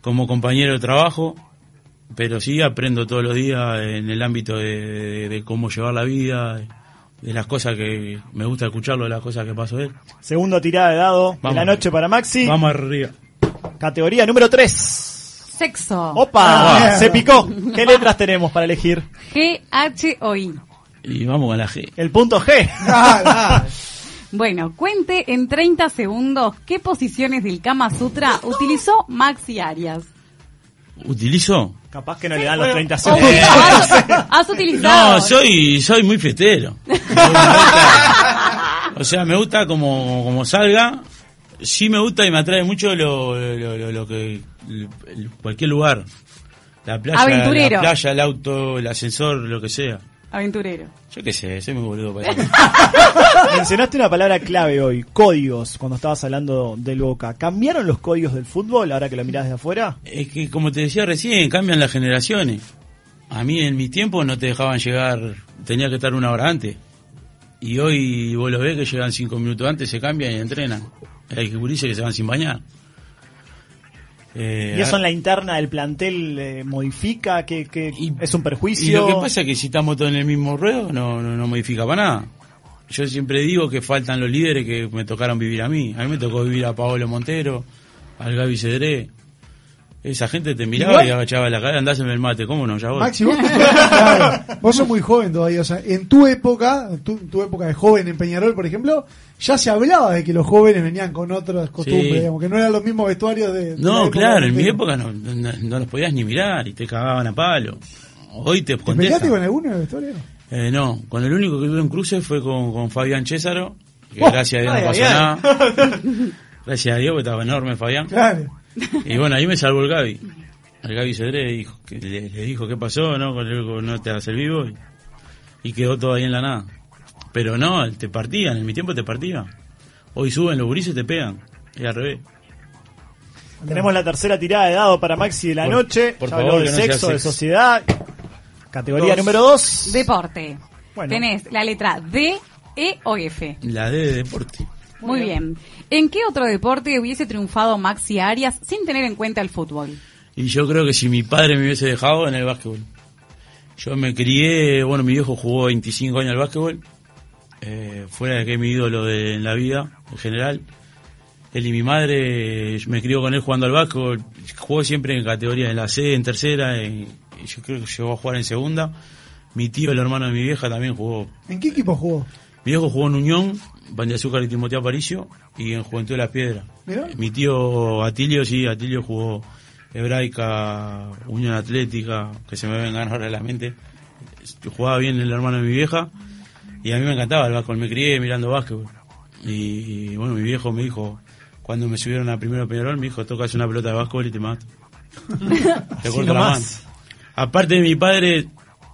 Speaker 14: como compañero de trabajo. Pero sí aprendo todos los días en el ámbito de, de- de cómo llevar la vida, de las cosas que me gusta escucharlo, de las cosas que pasó él.
Speaker 4: Segundo tirada de dado de
Speaker 14: Vamos.
Speaker 4: la noche para Maxi.
Speaker 14: Vamos arriba.
Speaker 4: Categoría número 3.
Speaker 3: Sexo.
Speaker 4: ¡Opa! Se picó. ¿Qué letras tenemos para elegir?
Speaker 3: G-H-O-I.
Speaker 14: Y vamos con la G.
Speaker 4: El punto G.
Speaker 5: Ah.
Speaker 3: Bueno, cuente en 30 segundos qué posiciones del Kama Sutra utilizó Maxi Arias.
Speaker 14: ¿Utilizo?
Speaker 4: Capaz que no le dan los 30 segundos.
Speaker 3: ¿Has, has utilizado?
Speaker 14: No, soy, soy muy fiestero. Me gusta- o sea, me gusta como, como salga. Sí me gusta y me atrae mucho lo, lo- lo- lo que el- el- cualquier lugar. La playa,
Speaker 3: Aventurero.
Speaker 14: la playa, el auto, el ascensor, lo que sea.
Speaker 3: Aventurero.
Speaker 14: Yo qué sé, soy muy boludo para eso.
Speaker 4: Mencionaste una palabra clave hoy, códigos, cuando estabas hablando del Boca. ¿Cambiaron los códigos del fútbol ahora que lo mirás desde afuera?
Speaker 14: Es que, como te decía recién, cambian las generaciones. A mí en mi tiempo no te dejaban llegar, tenía que estar una hora antes. Y hoy vos lo ves que llegan cinco minutos antes, se cambian y entrenan. Hay que gurises que se van sin bañar. Eh, ah,
Speaker 4: ¿Y eso en la interna del plantel eh, modifica? que ¿Es un
Speaker 14: y
Speaker 4: perjuicio?
Speaker 14: lo que pasa es que si estamos todos en el mismo ruedo, no, no, no modifica para nada. Yo siempre digo que faltan los líderes que me tocaron vivir a mí. A mí me tocó vivir a Paolo Montero, al Gaby Cedré. Esa gente te miraba
Speaker 2: Igual-
Speaker 14: y agachaba la cara, andás en el mate, ¿cómo no? Ya voy.
Speaker 2: Maxi, vos, claro, vos sos muy joven todavía. O sea, en tu época, tu, tu época de joven en Peñarol, por ejemplo, ya se hablaba de que los jóvenes venían con otras costumbres,
Speaker 14: Sí.
Speaker 2: digamos, que no eran los mismos vestuarios de. de la
Speaker 14: No,
Speaker 2: época
Speaker 14: claro, en mi
Speaker 2: de-
Speaker 14: época no, no, no los podías ni mirar y te cagaban a palo. Hoy te
Speaker 2: ¿Te
Speaker 14: contestan.
Speaker 2: peleaste con alguno de los vestuarios?
Speaker 14: Eh, no, con el único que tuve un cruce fue con, con Fabián Césaro, que
Speaker 2: Oh,
Speaker 14: gracias a Dios
Speaker 2: ay,
Speaker 14: no pasó
Speaker 2: ay, ay.
Speaker 14: nada. Gracias a Dios, que estaba enorme Fabián.
Speaker 2: Claro.
Speaker 14: Y bueno, ahí me salvó el Gaby. El Gaby Cedré dijo, que le, le dijo qué pasó, no, Con el- con- no te hace vivo y, y quedó todo ahí en la nada. Pero no, te partían, en mi tiempo te partían. Hoy suben los gurises y te pegan. Es al revés.
Speaker 4: Tenemos la tercera tirada de dado para Maxi de la
Speaker 14: Por-
Speaker 4: noche.
Speaker 14: por
Speaker 4: Ya
Speaker 14: favor,
Speaker 4: habló de
Speaker 14: que no sea
Speaker 4: sexo, de
Speaker 14: sexo.
Speaker 4: sociedad. Categoría
Speaker 14: Dos.
Speaker 4: número 2.
Speaker 3: Deporte.
Speaker 4: Bueno.
Speaker 3: Tenés la letra D, E o F.
Speaker 14: La D de deporte.
Speaker 3: Muy bien. ¿En qué otro deporte hubiese triunfado Maxi Arias sin tener en cuenta el fútbol?
Speaker 14: Y yo creo que si mi padre me hubiese dejado en el básquetbol. Yo me crié, bueno, mi viejo jugó 25 años al básquetbol, eh, fuera de que es mi ídolo de, en la vida, en general. Él y mi madre, eh, me crió con él jugando al básquetbol, jugó siempre en categoría, en la C, en tercera, en- y yo creo que llegó a jugar en segunda. Mi tío, el hermano de mi vieja, también jugó.
Speaker 2: ¿En qué equipo jugó?
Speaker 14: Mi viejo jugó en Unión, Pan de Azúcar y Timoteo Aparicio, y en Juventud de las Piedras.
Speaker 2: Mirá.
Speaker 14: Mi tío Atilio, sí, Atilio jugó Hebraica, Unión Atlética, que se me vengan ahora a la mente. Jugaba bien el hermano de mi vieja y a mí me encantaba el básquetbol. Me crié mirando básquetbol. Y, y, bueno, mi viejo me dijo, cuando me subieron a primero Peñarol, me dijo, tocas una pelota de básquetbol y te mato. te
Speaker 4: Así
Speaker 14: corto la mano.
Speaker 4: nomás.
Speaker 14: Aparte de mi padre,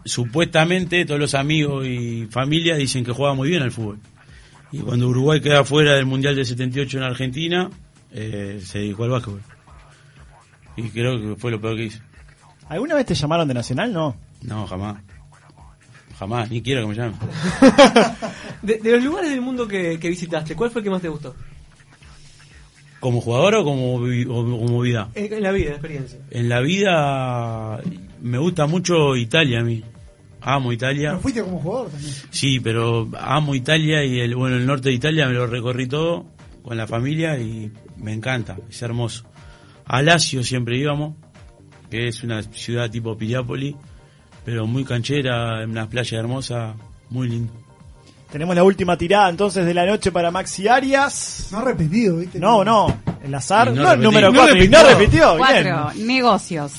Speaker 14: supuestamente todos los amigos y familia dicen que juega muy bien al fútbol. Y cuando Uruguay queda fuera del Mundial del 78 en Argentina, eh, se dedicó al básquetbol. Y creo que fue lo peor que hizo.
Speaker 4: ¿Alguna vez te llamaron de Nacional? No.
Speaker 14: No, jamás. Jamás, ni quiero que me llamen.
Speaker 15: De, de los lugares del mundo que, que visitaste, ¿cuál fue el que más te gustó?
Speaker 14: ¿Como jugador o como, vi- o como vida?
Speaker 15: En, en la vida, la experiencia.
Speaker 14: En la vida me gusta mucho Italia a mí. Amo Italia.
Speaker 2: Pero fuiste como jugador también.
Speaker 14: Sí, pero amo Italia y el bueno el norte de Italia me lo recorrí todo con la familia y me encanta, es hermoso. A Lazio siempre íbamos, que es una ciudad tipo Piriápoli, pero muy canchera, en unas playas hermosas, muy lindo.
Speaker 4: Tenemos la última tirada entonces de la noche para Maxi Arias.
Speaker 2: No ha repetido, ¿viste?
Speaker 4: No, no. El azar.
Speaker 14: Y
Speaker 4: No,
Speaker 14: no
Speaker 4: el
Speaker 14: repetí.
Speaker 4: número
Speaker 14: No
Speaker 4: 4. No,
Speaker 14: repitió.
Speaker 4: repitió. Oh, Bien.
Speaker 3: Cuatro, negocios.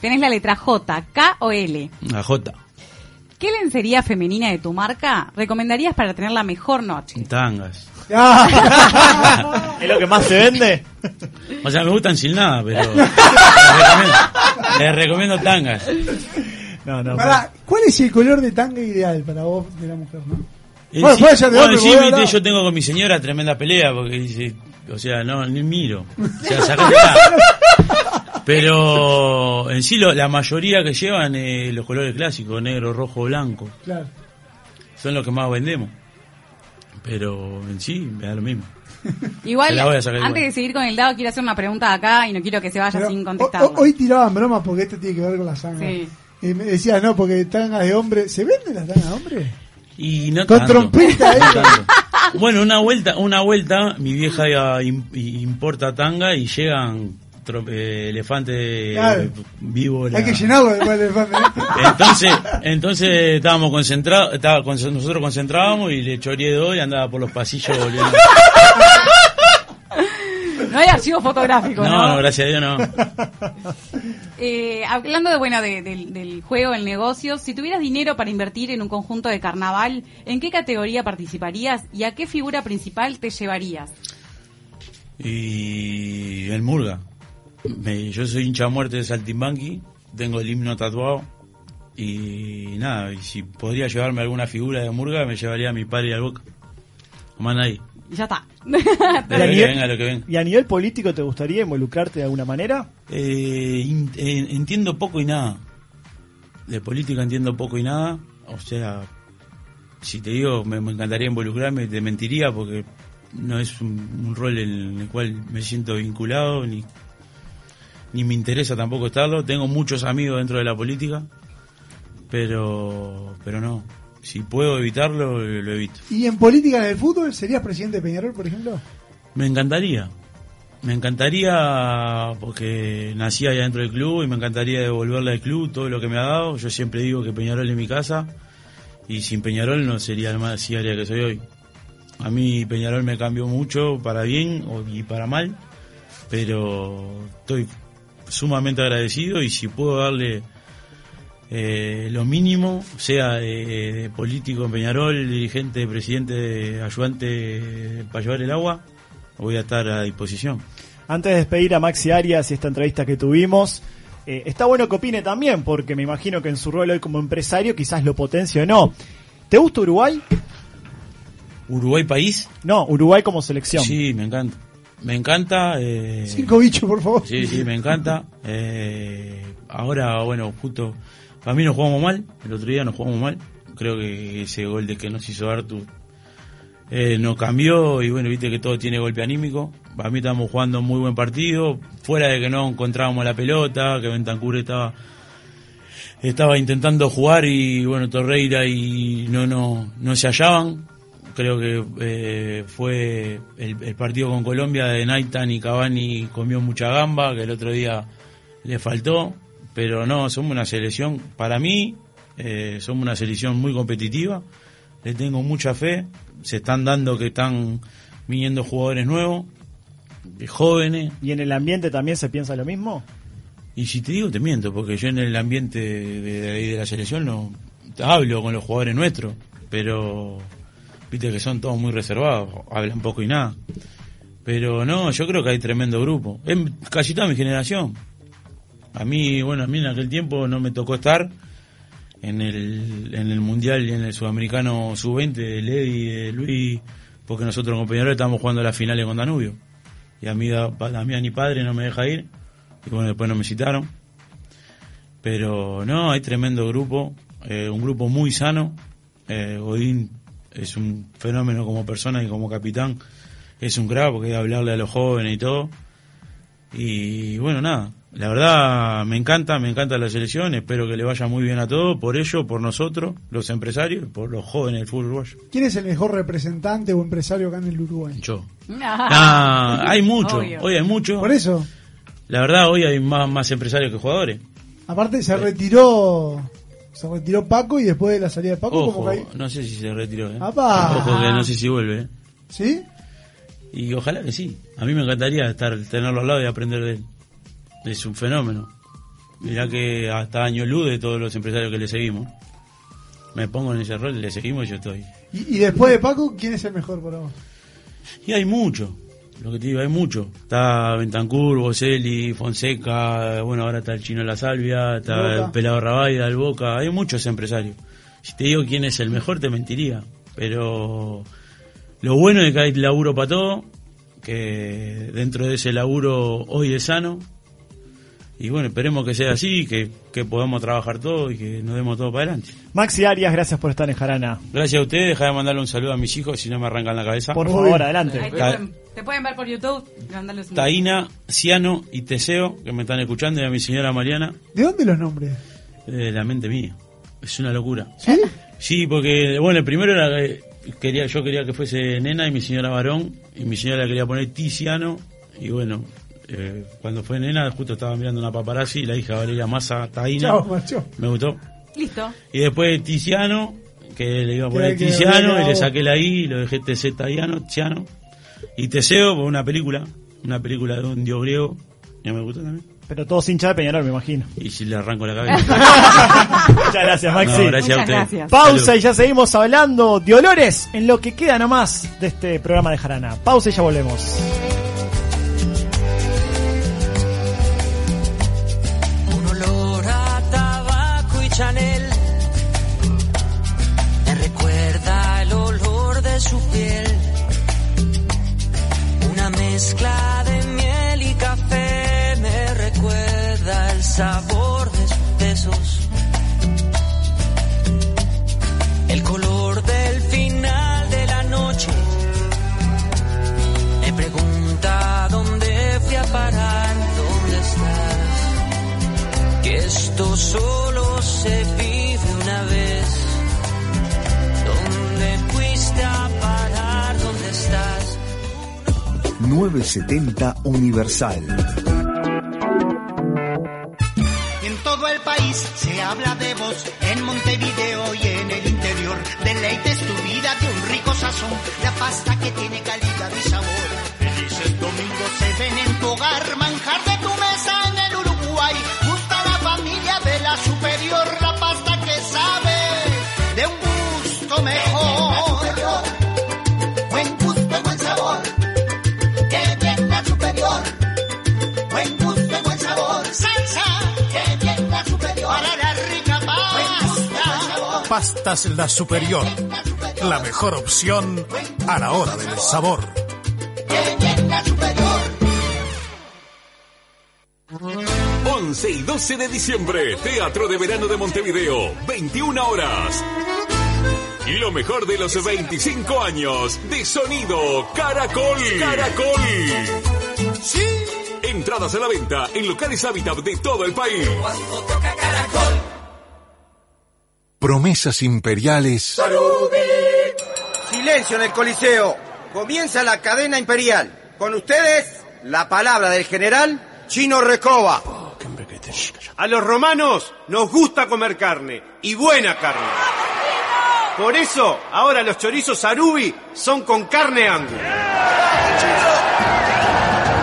Speaker 3: Tenés la letra J, K o L.
Speaker 14: La J,
Speaker 3: ¿Qué lencería femenina de tu marca recomendarías para tener la mejor noche?
Speaker 14: tangas.
Speaker 4: ¿Es lo que más se vende?
Speaker 14: O sea, me gustan sin nada, pero les recomiendo, les recomiendo tangas.
Speaker 4: No, no.
Speaker 2: Pará, ¿cuál es el color de tanga ideal para vos de la mujer? no?
Speaker 14: Eh,
Speaker 2: Bueno,
Speaker 14: sí,
Speaker 2: puede ser de
Speaker 14: bueno,
Speaker 2: hombre,
Speaker 14: sí,
Speaker 2: porque
Speaker 14: viste,
Speaker 2: ahora-
Speaker 14: yo tengo con mi señora tremenda pelea porque dice, o sea, no, ni miro. O sea, sacá- Pero en sí lo- la mayoría que llevan eh, los colores clásicos, negro, rojo, blanco,
Speaker 2: Claro.
Speaker 14: son los que más vendemos. Pero en sí me da lo mismo.
Speaker 3: Igual,
Speaker 14: Te la voy a sacar
Speaker 3: antes
Speaker 14: igual.
Speaker 3: de seguir con el dado, quiero hacer una pregunta acá y no quiero que se vaya
Speaker 2: Pero
Speaker 3: sin
Speaker 2: ho- ho-
Speaker 3: contestarla.
Speaker 2: hoy tiraban bromas porque esto tiene que ver con la sangre.
Speaker 3: Sí.
Speaker 2: Y me decías, no, porque tangas de hombre. ¿Se venden las tangas de hombre?
Speaker 14: Y no
Speaker 2: Con
Speaker 14: tanto. No
Speaker 2: trompeta, eh.
Speaker 14: tanto. Bueno, una vuelta, una vuelta, mi vieja iba- im- importa tanga y llegan tro- eh, elefantes
Speaker 2: Claro.
Speaker 14: eh, víboras.
Speaker 2: Hay que llenarlo de este. cuál elefante.
Speaker 14: Entonces, entonces estábamos concentrados, estaba, con- nosotros concentrábamos y le choreé dos y andaba por los pasillos volviendo.
Speaker 3: No hay archivo fotográfico,
Speaker 14: No,
Speaker 3: ¿no?
Speaker 14: no, gracias a Dios no.
Speaker 3: Eh, hablando de bueno de- del- del juego, el negocio, si tuvieras dinero para invertir en un conjunto de carnaval, ¿en qué categoría participarías y a qué figura principal te llevarías?
Speaker 14: Y el Murga. Me- yo soy hincha a muerte de Saltimbanqui, tengo el himno tatuado. Y nada, y si podría llevarme alguna figura de Murga, me llevaría a mi padre y al Boca. No más nadie.
Speaker 3: Ya está.
Speaker 14: Lo que venga, lo que venga.
Speaker 4: ¿Y a nivel político te gustaría involucrarte de alguna manera?
Speaker 14: Eh, in- eh, entiendo poco y nada. De política entiendo poco y nada. O sea, si te digo, me, me encantaría involucrarme, te mentiría porque no es un, un rol en el cual me siento vinculado, ni, ni me interesa tampoco estarlo. Tengo muchos amigos dentro de la política, pero, pero no. Si puedo evitarlo, lo evito.
Speaker 2: ¿Y en política en el fútbol serías presidente de Peñarol, por ejemplo?
Speaker 14: Me encantaría. Me encantaría porque nací allá dentro del club y me encantaría devolverle al club todo lo que me ha dado. Yo siempre digo que Peñarol es mi casa y sin Peñarol no sería el más área que soy hoy. A mí Peñarol me cambió mucho para bien o- y para mal, pero estoy sumamente agradecido y si puedo darle eh, lo mínimo, sea de, de político en Peñarol, dirigente, presidente, ayudante para llevar el agua, voy a estar a disposición.
Speaker 4: Antes de despedir a Maxi Arias y esta entrevista que tuvimos, eh, está bueno que opine también, porque me imagino que en su rol hoy como empresario quizás lo potencia o no. ¿Te gusta Uruguay?
Speaker 14: ¿Uruguay país?
Speaker 4: No, Uruguay como selección.
Speaker 14: Sí, me encanta. Me encanta. eh,
Speaker 2: Cinco bichos, por favor.
Speaker 14: Sí, sí, me encanta. Eh, ahora, bueno, justo. Para mí nos jugamos mal. El otro día nos jugamos mal. Creo que ese gol de que nos hizo Artur eh, nos cambió. Y bueno, viste que todo tiene golpe anímico. Para mí estamos jugando muy buen partido. Fuera de que no encontrábamos la pelota, que Bentancur estaba. Estaba intentando jugar y bueno, Torreira y no, no, no se hallaban. Creo que eh, fue el, el partido con Colombia de Naitan y Cavani comió mucha gamba, que el otro día le faltó. Pero no, somos una selección, para mí, eh, somos una selección muy competitiva. Le tengo mucha fe. Se están dando que están viniendo jugadores nuevos, eh, jóvenes.
Speaker 4: ¿Y en el ambiente también se piensa lo mismo?
Speaker 14: Y si te digo, te miento, porque yo en el ambiente de, de ahí de la selección no hablo con los jugadores nuestros, pero viste que son todos muy reservados, hablan poco y nada. Pero no, yo creo que hay tremendo grupo. Es casi toda mi generación. A mí, bueno, a mí en aquel tiempo no me tocó estar en el, en el Mundial y en el Sudamericano Sub-20 de Ledi, de Luis, porque nosotros con Peñarol estábamos jugando las finales con Danubio. Y a mí, a, a mí a mi padre no me deja ir. Y bueno, después no me citaron. Pero no, hay tremendo grupo, eh, un grupo muy sano. Eh, Godín es un fenómeno como persona y como capitán. Es un crack porque hay que hablarle a los jóvenes y todo. Y bueno, nada, la verdad me encanta, me encanta la selección. Espero que le vaya muy bien a todos, por ello, por nosotros, los empresarios, por los jóvenes del fútbol uruguayo.
Speaker 2: ¿Quién es el mejor representante o empresario acá en el Uruguay?
Speaker 14: Yo. Ah, hay mucho,
Speaker 2: Obvio.
Speaker 14: hoy hay mucho.
Speaker 2: Por eso,
Speaker 14: La verdad, hoy hay más, más empresarios que jugadores.
Speaker 2: aparte se retiró se retiró Paco y después de la salida de Paco, como
Speaker 14: Ojo,
Speaker 2: Ah, que ahí-
Speaker 14: no sé si se retiró. ¿eh?
Speaker 2: ¡Apa!
Speaker 14: Ojo, que no sé si vuelve. ¿eh?
Speaker 2: ¿Sí?
Speaker 14: Y ojalá que sí. A mí me encantaría estar tenerlo al lado y aprender de él. Es un fenómeno. Mirá que hasta año luz de todos los empresarios que le seguimos. Me pongo en ese rol, le seguimos y yo estoy.
Speaker 2: Y, y después de Paco, ¿quién es el mejor para vos?
Speaker 14: Y hay mucho. Lo que te digo, hay mucho. Está Bentancur, Boselli, Fonseca, eh, bueno, ahora está el chino La Salvia, está
Speaker 16: Boca.
Speaker 14: el pelado Rabaida, el Boca, hay muchos empresarios. Si te digo quién es el mejor, te mentiría. Pero lo bueno es que hay laburo para todo, que dentro de ese laburo hoy es sano. Y bueno, esperemos que sea así, que, que podamos trabajar todo y que nos demos todo para adelante.
Speaker 4: Maxi Arias, gracias por estar en Jarana.
Speaker 14: Gracias a ustedes, deja de mandarle un saludo a mis hijos si no me arrancan la cabeza.
Speaker 4: Por favor, adelante.
Speaker 3: Ahí te,
Speaker 14: Ta-
Speaker 3: pueden, te pueden ver por YouTube. mandarles un-
Speaker 14: Taina, Ciano y Teseo, que me están escuchando, y a mi señora Mariana,
Speaker 2: ¿De dónde los nombres?
Speaker 14: de la mente mía. Es una locura.
Speaker 2: ¿Sí?
Speaker 14: Sí, porque, bueno, el primero era que quería, yo quería que fuese nena y mi señora varón, y mi señora le quería poner Tiziano, y bueno, eh, cuando fue nena, justo estaba mirando una paparazzi, y la hija Valeria Massa, Taina,
Speaker 2: Chao, macho.
Speaker 14: me gustó.
Speaker 3: Listo.
Speaker 14: Y después Tiziano, que le iba a poner
Speaker 2: Que- que-
Speaker 14: Tiziano,
Speaker 2: que-
Speaker 14: y le saqué la I, y lo dejé TZ Tiano, Tiziano. Y Teseo por una película, una película de un dios griego, que me gustó también.
Speaker 4: Pero todos hinchas de Peñarol, me imagino.
Speaker 14: Y si le arranco la cabeza.
Speaker 4: Muchas gracias, Maxi.
Speaker 14: No, gracias a Muchas usted. gracias.
Speaker 4: Pausa
Speaker 14: Salud.
Speaker 4: y ya seguimos hablando de olores en lo que queda nomás de este programa de Jarana. Pausa y ya volvemos.
Speaker 17: Un olor a tabaco y Chanel me recuerda el olor de su piel. Una mezcla de miel y café me recuerda el sabor de sus besos. El color del final de la noche me pregunta dónde fui a parar, dónde estás que esto solo se vive una vez. ¿Dónde fuiste a parar? ¿Dónde estás?
Speaker 18: 970 Universal.
Speaker 11: En todo el país se habla de vos, en Montevideo y en el interior. Deleites tu vida de un rico sazón, la pasta que tiene calidad y sabor. Felices domingos se ven en tu hogar, manjar de tu mesa en el Uruguay. Gusta la familia de la superior, la pasta que sabe de un gusto mejor. Buen gusto y buen sabor, que bien la superior. Buen gusto y buen sabor. Salsa, que bien la superior. Para la rica pasta.
Speaker 12: Pastas La Superior. La mejor opción a la hora del sabor.
Speaker 11: Que bien la superior.
Speaker 19: 11 y 12 de diciembre, Teatro de Verano de Montevideo, 21 horas. Lo mejor de los 25 años de sonido Caracol. Caracol. Sí. Entradas a la venta en locales Habitat de todo el país.
Speaker 10: Promesas imperiales.
Speaker 9: Silencio en el Coliseo. Comienza la cadena imperial. Con ustedes, la palabra del general Chino Recoba.
Speaker 20: A los romanos nos gusta comer carne y buena carne. Por eso, ahora los chorizos arubi son con carne angus.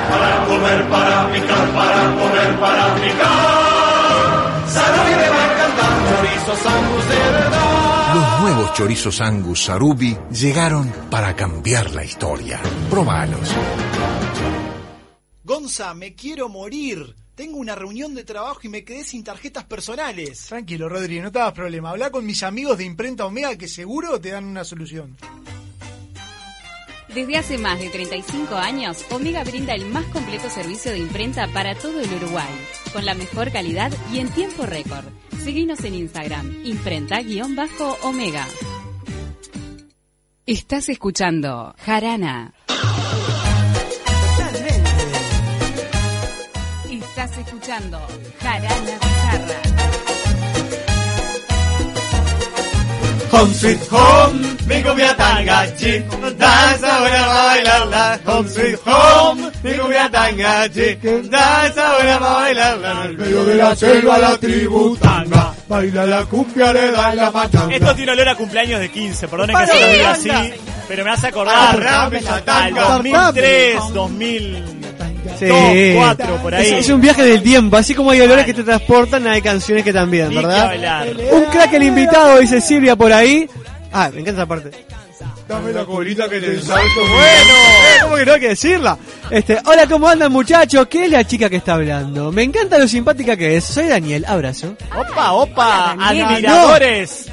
Speaker 20: Para comer, para picar, para comer, para picar. Sarubi me va a encantar, chorizos angus de verdad.
Speaker 10: Los nuevos chorizos Angus Sarubi llegaron para cambiar la historia. Probalos.
Speaker 4: Gonza, me quiero morir. Tengo una reunión de trabajo y me quedé sin tarjetas personales.
Speaker 16: Tranquilo, Rodri, no te hagas problema. Habla con mis amigos de Imprenta Omega que seguro te dan una solución.
Speaker 7: Desde hace más de 35 años, Omega brinda el más completo servicio de imprenta para todo el Uruguay, con la mejor calidad y en tiempo récord. Seguinos en Instagram, imprenta-omega.
Speaker 21: Estás escuchando Jarana.
Speaker 7: Estás escuchando Jarana Pizarra.
Speaker 20: Home sweet home, mi cumbia tan gachi, danza buena para bailarla. Home sweet home, mi cumbia tan gachi, danza buena para bailarla. En el medio de la selva la tribu tanga, baila la cumbia, le da la pachanga.
Speaker 4: Esto tiene olor a cumpleaños de 15, perdonen que
Speaker 20: Para Ah,
Speaker 4: se lo
Speaker 20: la
Speaker 4: diga así,
Speaker 20: banda.
Speaker 4: pero me hace acordar
Speaker 20: Arrame la
Speaker 4: al
Speaker 20: tanga.
Speaker 4: 2003, 2000,
Speaker 5: Sí.
Speaker 4: Dos, cuatro, por ahí.
Speaker 5: Es, es un viaje del tiempo, así como hay olores que te transportan, hay canciones que también,
Speaker 4: Ni que
Speaker 5: ¿verdad?
Speaker 4: hablar.
Speaker 5: Un crack el invitado, dice Silvia por ahí. Ah, me encanta esa parte. Dame la colita que te salto. Bueno, ¿cómo que no hay que decirla? Este, hola, ¿cómo andan, muchachos? ¿Qué es la chica que está hablando? Me encanta lo simpática que es. Soy Daniel, abrazo.
Speaker 4: Opa, opa,
Speaker 5: hola, Daniel.
Speaker 4: admiradores.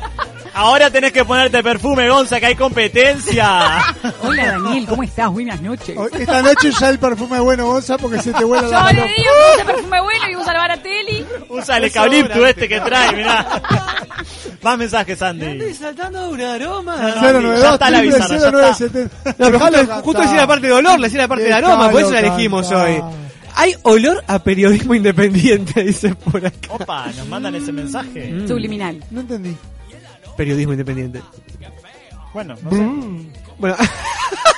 Speaker 4: Ahora tenés que ponerte perfume, Gonza, que hay competencia.
Speaker 21: Hola Daniel, ¿cómo estás? Buenas noches.
Speaker 2: Esta noche ya el perfume es bueno, Gonza, porque se te vuela la
Speaker 3: Yo le
Speaker 2: mano.
Speaker 3: digo que use perfume bueno y usa la Baratelli.
Speaker 4: Usa el eucalipto este que trae, mirá. Más mensajes, Andy.
Speaker 5: saltando un aroma.
Speaker 4: Ya está la bizarra, ya está.
Speaker 5: No, pero justo, justo decía la parte de olor, le decía la parte de aroma, por eso la elegimos hoy. Hay olor a periodismo independiente, dice por acá.
Speaker 4: Opa, nos mandan ese mensaje.
Speaker 5: Mm.
Speaker 3: Subliminal.
Speaker 2: No entendí.
Speaker 5: Periodismo independiente.
Speaker 4: Bueno, no sé.
Speaker 5: Bueno,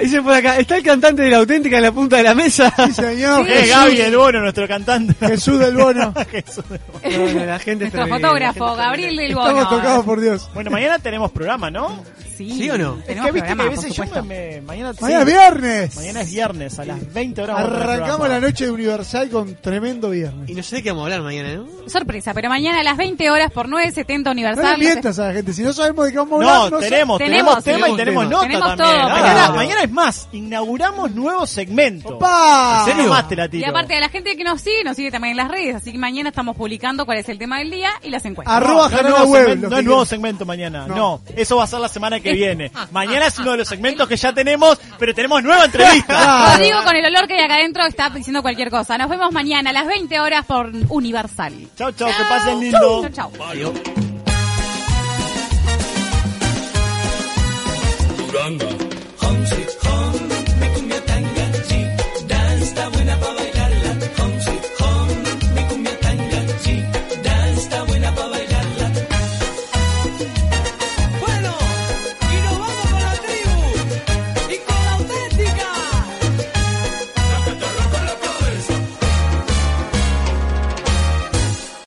Speaker 5: dice por acá, está el cantante de la auténtica en la punta de la mesa. Sí,
Speaker 2: señor.
Speaker 4: Es Gaby el Bono, nuestro cantante.
Speaker 2: Jesús del Bono.
Speaker 4: Jesús del Bono.
Speaker 5: Bueno, la gente
Speaker 3: Nuestro
Speaker 5: está bien,
Speaker 3: fotógrafo,
Speaker 5: la gente está
Speaker 3: Gabriel
Speaker 5: bien.
Speaker 3: del Bono. Estamos tocados
Speaker 2: por Dios.
Speaker 4: Bueno, mañana tenemos programa, ¿no?
Speaker 3: Sí.
Speaker 5: ¿Sí o no?
Speaker 4: Es que
Speaker 3: Tenemos
Speaker 4: viste que a
Speaker 3: programa,
Speaker 4: veces
Speaker 3: por
Speaker 4: yo
Speaker 3: supuesto.
Speaker 4: me... me- Mañana,
Speaker 2: Mañana es viernes.
Speaker 4: Mañana es viernes, a las 20 horas. vamos a tener
Speaker 2: Arrancamos
Speaker 4: programa.
Speaker 2: la noche de Universal con tremendo viernes.
Speaker 5: Y no sé de qué vamos a hablar mañana, ¿no?
Speaker 3: Sorpresa, pero mañana a las 20 horas por 9.70
Speaker 2: No le
Speaker 3: Universal.
Speaker 2: mientas a la gente, si no sabemos de qué vamos a
Speaker 4: No,
Speaker 2: hablar. sé.
Speaker 4: tenemos, tenemos,
Speaker 3: Tenemos,
Speaker 4: tema y
Speaker 3: tenemos
Speaker 4: tenemos
Speaker 3: tema.
Speaker 4: nota
Speaker 3: Tenemos
Speaker 4: también.
Speaker 3: todo.
Speaker 4: Mañana,
Speaker 5: Claro.
Speaker 4: mañana es más, inauguramos nuevo segmento.
Speaker 2: ¡Opa!
Speaker 4: Así nomás te la
Speaker 3: Y
Speaker 4: tiro.
Speaker 3: aparte a la gente que nos sigue, nos sigue también en las redes, así que mañana estamos publicando cuál es el tema del día y las encuestas.
Speaker 4: no,
Speaker 2: Arroba
Speaker 4: no, es
Speaker 2: Jarana
Speaker 4: nuevo
Speaker 2: Web,
Speaker 4: segmento,
Speaker 2: los
Speaker 4: no es
Speaker 2: que
Speaker 4: nuevo
Speaker 2: quieren.
Speaker 4: segmento mañana, no.
Speaker 2: No.
Speaker 4: Eso va a ser la semana que viene. Mañana es uno de los segmentos que ya tenemos, pero tenemos nueva entrevista.
Speaker 3: Lo digo con el olor que hay acá adentro, está diciendo cualquier cosa. Nos vemos mañana a las 20 horas por Universal.
Speaker 4: Chau, chau, que pasen lindo.
Speaker 3: Chau, chau.
Speaker 1: Duranga.